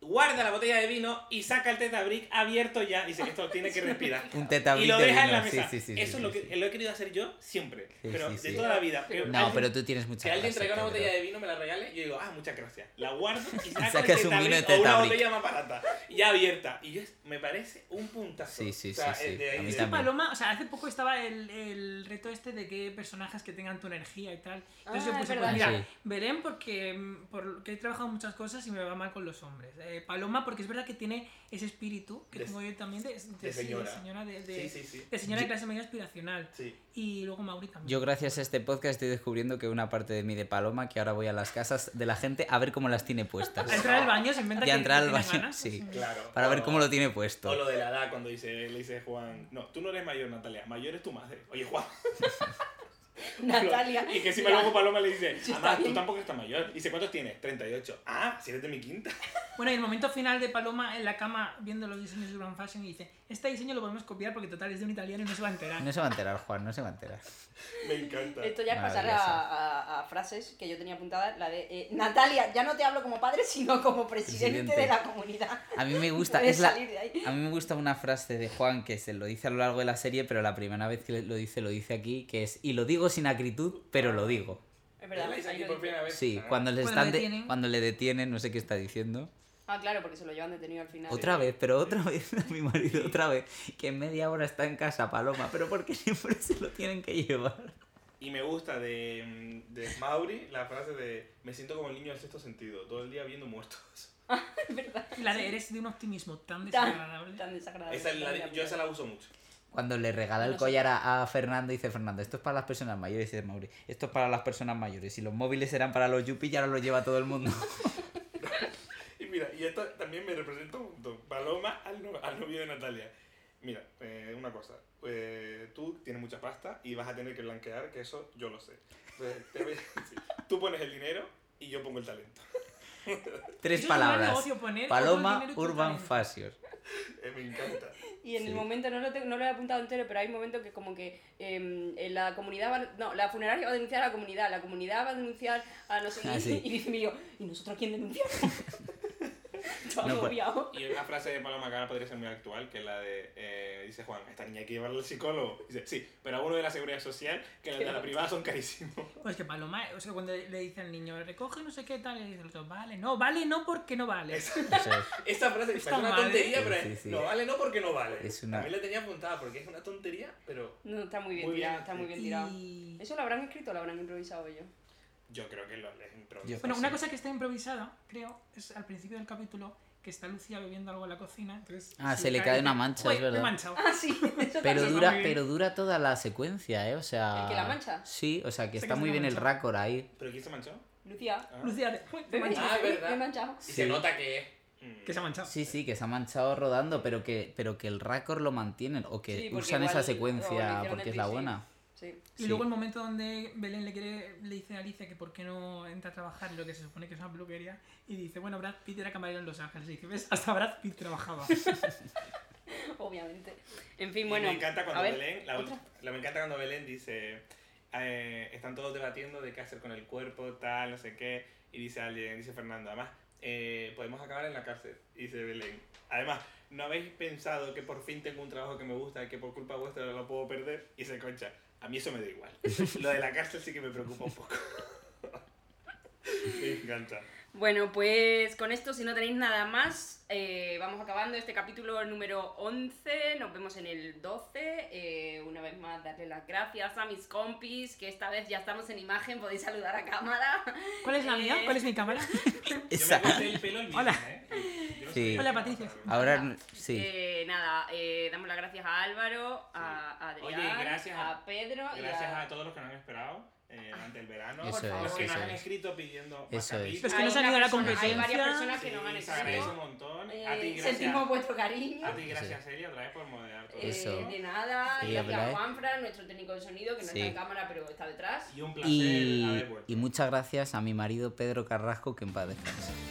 Speaker 3: Guarda la botella de vino y saca el tetabric abierto ya. Dice que esto tiene que respirar.
Speaker 4: Un tetabric
Speaker 3: Y lo
Speaker 4: de
Speaker 3: deja en la
Speaker 4: vino. Sí,
Speaker 3: mesa.
Speaker 4: sí, sí,
Speaker 3: Eso
Speaker 4: sí,
Speaker 3: es lo
Speaker 4: sí,
Speaker 3: que
Speaker 4: sí.
Speaker 3: lo he querido hacer yo siempre.
Speaker 4: Sí,
Speaker 3: pero
Speaker 4: sí,
Speaker 3: de
Speaker 4: sí.
Speaker 3: toda la vida.
Speaker 4: No,
Speaker 3: Alguien-
Speaker 4: pero tú tienes mucha
Speaker 3: si alguien
Speaker 4: clase,
Speaker 3: traiga una
Speaker 4: Pedro.
Speaker 3: botella de vino, me la regale, yo digo, ah, muchas gracias. La guardo y
Speaker 4: Y
Speaker 3: saco
Speaker 4: sacas
Speaker 3: el
Speaker 4: un vino de
Speaker 3: Tetabric o una
Speaker 4: Tetabric.
Speaker 3: botella más barata, ya abierta. Y yo, es- me parece un puntazo.
Speaker 4: Sí, sí,
Speaker 3: O sea,
Speaker 4: sí, sí.
Speaker 3: eh, de ahí-
Speaker 4: A mí
Speaker 3: de-
Speaker 5: Esta
Speaker 4: también.
Speaker 5: paloma, o sea, hace poco estaba el, el reto este de qué personajes que tengan tu energía y tal. Entonces
Speaker 1: Ah,
Speaker 5: yo puse,
Speaker 1: es
Speaker 5: pues
Speaker 1: verdad.
Speaker 5: mira,
Speaker 4: Sí.
Speaker 5: Belén porque, mm, porque he trabajado muchas cosas y me va mal con los hombres. Eh, paloma porque es verdad que tiene ese espíritu que
Speaker 3: De-
Speaker 5: tengo yo también de, de- sí, de
Speaker 3: señora.
Speaker 5: señora de, de-
Speaker 3: Sí, sí, sí.
Speaker 5: de señora de clase media aspiracional.
Speaker 3: Sí.
Speaker 5: Y luego Mauri también.
Speaker 4: Yo gracias a este podcast estoy descubriendo que una parte de mí de Paloma, que ahora voy a las casas de la gente a ver cómo las tiene puestas.
Speaker 5: a entrar al baño se inventa
Speaker 4: Y a
Speaker 5: que
Speaker 4: entrar
Speaker 5: que
Speaker 4: al
Speaker 5: tiene
Speaker 4: baño,
Speaker 5: ganas,
Speaker 4: sí.
Speaker 5: pues,
Speaker 3: Claro.
Speaker 4: Para ver
Speaker 3: O-
Speaker 4: cómo lo tiene
Speaker 3: O
Speaker 4: puesto.
Speaker 3: lo de la edad, cuando dice, le dice Juan, no, tú no eres mayor, Natalia, mayor es tu madre. Oye, Juan.
Speaker 1: Natalia.
Speaker 3: Y que encima
Speaker 1: mira,
Speaker 3: luego Paloma le dice,
Speaker 1: Sí, está
Speaker 3: además tú
Speaker 1: bien.
Speaker 3: tampoco estás mayor. Dice, ¿cuántos tienes? 38. Ah, si eres de mi quinta.
Speaker 5: Bueno, y el momento final de Paloma en la cama viendo los diseños de Urban Fashion y dice, este diseño lo podemos copiar porque total es de un italiano y no se va a enterar.
Speaker 4: No se va a enterar, Juan, no se va a enterar.
Speaker 3: Me encanta.
Speaker 1: Esto
Speaker 4: Ah,
Speaker 1: ya es pasar a, a- a frases que yo tenía apuntadas, la de eh, Natalia, ya no te hablo como padre, sino como presidente,
Speaker 4: Presidente.
Speaker 1: de la comunidad.
Speaker 4: A mí me gusta,
Speaker 1: Puedes
Speaker 4: es la,
Speaker 1: salir de ahí.
Speaker 4: a mí me gusta una frase de Juan que se lo dice a lo largo de la serie, pero la primera vez que lo dice lo dice aquí, que es y lo digo sin acritud, pero lo digo.
Speaker 1: Es verdad.
Speaker 3: Le dice
Speaker 1: ahí
Speaker 3: aquí
Speaker 1: lo
Speaker 3: por
Speaker 1: dice.
Speaker 3: primera vez.
Speaker 4: Sí,
Speaker 3: Ah.
Speaker 4: cuando le
Speaker 5: Cuando
Speaker 4: están de-
Speaker 5: detienen.
Speaker 4: cuando le detienen, no sé qué está diciendo.
Speaker 1: Ah, claro, porque se lo llevan detenido al final.
Speaker 4: Otra vez, pero otra vez, a mi marido otra vez, que en media hora está en casa Paloma, pero porque siempre se lo tienen que llevar.
Speaker 3: Y me gusta de, mm, de Mauri la frase de me siento como el niño del sexto sentido, todo el día viendo muertos.
Speaker 1: Es verdad.
Speaker 5: La de eres de un optimismo tan desagradable.
Speaker 1: Tan, tan desagradable.
Speaker 3: Esa es la- yo esa la uso mucho.
Speaker 4: Cuando le regala el
Speaker 1: No sé.
Speaker 4: collar a, a Fernando, dice Fernando, esto es para las personas mayores, dice Mauri, esto es para las personas mayores, y los móviles serán para los yuppie y ahora los lleva todo el mundo.
Speaker 3: Y mira, y esto también me representa un montón. Paloma al, no- al novio de Natalia. Mira, eh, una cosa. eh, tú tienes mucha pasta y vas a tener que blanquear, que eso yo lo sé. Entonces, te voy a decir, tú pones el dinero y yo pongo el talento.
Speaker 4: Tres
Speaker 5: Eso es un gran
Speaker 4: palabras.
Speaker 5: negocio, poner todo el
Speaker 4: Paloma
Speaker 5: dinero y tu
Speaker 4: Urban
Speaker 5: talento.
Speaker 4: Fashion.
Speaker 3: Eh, me encanta.
Speaker 1: Y en
Speaker 4: Sí.
Speaker 1: el momento, no lo, tengo- no lo he apuntado entero, pero hay un momento que como que eh, en la comunidad va, no, la funeraria va a denunciar a la comunidad, la comunidad va a denunciar a no sé
Speaker 4: Ah, sí.
Speaker 1: y dice Emilio, ¿y nosotros a quién denunciamos? Todo
Speaker 4: No, pues-
Speaker 1: agobiado.
Speaker 3: Y una frase de Paloma que ahora podría ser muy actual, que es la de, eh, dice Juan, esta niña hay que llevarla al psicólogo. Dice, sí, pero a uno de la seguridad social, que los de la privada son carísimos.
Speaker 5: Pues que Paloma, o sea, cuando le dice al niño, recoge no sé qué tal, y dice el otro, vale, no, vale, no, porque no vale.
Speaker 4: Eso es.
Speaker 3: Esa frase es
Speaker 5: Está
Speaker 3: una
Speaker 5: mal, ¿eh?
Speaker 3: tontería,
Speaker 4: Sí,
Speaker 3: pero
Speaker 4: sí,
Speaker 3: es,
Speaker 4: sí.
Speaker 3: no vale no porque no vale.
Speaker 4: Es una-
Speaker 3: A mí la tenía apuntada porque es una tontería, pero
Speaker 1: No, está muy bien
Speaker 3: Muy bien,
Speaker 1: tirado, está muy bien tirado.
Speaker 5: Y-
Speaker 1: ¿Eso lo habrán escrito o lo habrán improvisado ellos?
Speaker 3: yo creo que lo es
Speaker 4: Yo-
Speaker 3: improvisado.
Speaker 5: Bueno,
Speaker 4: Sí.
Speaker 5: una cosa que está improvisada, creo, es al principio del capítulo, que está Lucía bebiendo algo en la cocina. Entonces,
Speaker 4: Ah,
Speaker 5: sí,
Speaker 4: se le
Speaker 5: claro,
Speaker 4: cae
Speaker 5: dice,
Speaker 4: una mancha,
Speaker 5: "Joder,
Speaker 4: es
Speaker 5: me he
Speaker 4: verdad".
Speaker 5: manchado.
Speaker 1: Ah, sí, eso
Speaker 4: Pero
Speaker 1: también.
Speaker 4: dura,
Speaker 5: muy bien.
Speaker 4: pero dura toda la secuencia, ¿eh? O sea...
Speaker 1: ¿El que la mancha?
Speaker 4: Sí, o sea, que
Speaker 5: O sea, que
Speaker 4: está
Speaker 5: es
Speaker 4: muy
Speaker 5: una
Speaker 4: bien el
Speaker 5: mancha.
Speaker 4: rácor ahí.
Speaker 3: ¿Pero quién se manchó?
Speaker 1: Lucía,
Speaker 3: Ah.
Speaker 5: Lucía, de- "Joder,
Speaker 1: me
Speaker 5: me he
Speaker 1: he
Speaker 5: manchado".
Speaker 3: Ah, es
Speaker 1: manchado,
Speaker 3: verdad.
Speaker 1: me he manchado.
Speaker 3: Y
Speaker 4: Sí.
Speaker 3: se nota que es.
Speaker 5: Que se ha manchado.
Speaker 4: Sí, sí, que se ha manchado rodando, pero que, pero que el récord lo mantienen o que
Speaker 1: Sí, porque
Speaker 4: usan esa
Speaker 1: igual lo
Speaker 4: secuencia
Speaker 1: hicieron
Speaker 4: porque
Speaker 1: en
Speaker 4: es la
Speaker 1: bici.
Speaker 4: buena.
Speaker 1: Sí.
Speaker 5: Y
Speaker 4: Sí.
Speaker 5: luego el momento donde Belén le quiere le dice a Alicia que por qué no entra a trabajar en lo que se supone que es una peluquería y dice, bueno, Brad Pitt era camarero en Los Ángeles. Y dice, ¿ves? Hasta Brad Pitt trabajaba.
Speaker 1: Obviamente. En fin,
Speaker 3: Y
Speaker 1: bueno.
Speaker 3: me encanta cuando
Speaker 1: a ver,
Speaker 3: Belén, la,
Speaker 1: otra.
Speaker 3: la- me encanta cuando Belén dice, eh, están todos debatiendo de qué hacer con el cuerpo, tal, no sé qué, y dice alguien, dice Fernando, además, eh, podemos acabar en la cárcel, dice Belén. Además, ¿no habéis pensado que por fin tengo un trabajo que me gusta y que por culpa vuestra lo puedo perder? Y se concha, a mí eso me da igual. lo de la cárcel sí que me preocupa un poco. me encanta.
Speaker 1: Bueno, pues con esto, si no tenéis nada más, eh, vamos acabando este capítulo número 11. Nos vemos en el 12. Eh, una vez más, darle las gracias a mis compis, que esta vez ya estamos en imagen, podéis saludar a cámara.
Speaker 5: ¿Cuál es la mía?
Speaker 1: Eh,
Speaker 5: ¿Cuál es mi cámara?
Speaker 3: Yo me
Speaker 4: Esa.
Speaker 3: corté el pelo el mismo,
Speaker 5: Hola.
Speaker 3: ¿eh? Yo no
Speaker 4: Sí.
Speaker 3: sé.
Speaker 5: Hola, Patricia.
Speaker 4: Ahora sí.
Speaker 1: Eh, nada, eh, damos las gracias a Álvaro, a a Adrián,
Speaker 3: Oye, gracias a-
Speaker 1: a Pedro y
Speaker 3: Gracias
Speaker 1: a...
Speaker 3: a todos los que nos han esperado eh, durante el verano.
Speaker 4: Eso
Speaker 1: Por es,
Speaker 3: los que
Speaker 1: eso
Speaker 3: nos han
Speaker 4: es.
Speaker 3: escrito pidiendo más
Speaker 4: Eso es.
Speaker 3: capítulos.
Speaker 5: Los que no
Speaker 1: Hay
Speaker 5: se han
Speaker 1: una
Speaker 5: ido a la
Speaker 1: persona- Hay varias
Speaker 5: competencia.
Speaker 1: personas que
Speaker 3: Sí,
Speaker 1: nos han
Speaker 3: se agradece un
Speaker 1: escrito.
Speaker 3: montón. a ti
Speaker 1: Eh,
Speaker 3: gracias.
Speaker 1: sentimos vuestro cariño.
Speaker 3: A ti gracias, Elia, otra vez por moderar todo
Speaker 1: Eh,
Speaker 4: Eso.
Speaker 1: de nada,
Speaker 4: Sí,
Speaker 1: gracias a
Speaker 4: ¿verdad?
Speaker 1: Juanfran, nuestro técnico de sonido, que no
Speaker 4: Sí.
Speaker 1: está en cámara pero está detrás.
Speaker 3: Y un placer
Speaker 4: Y,
Speaker 3: haber vuelto.
Speaker 4: y muchas gracias a mi marido Pedro Carrasco, que en paz descanse.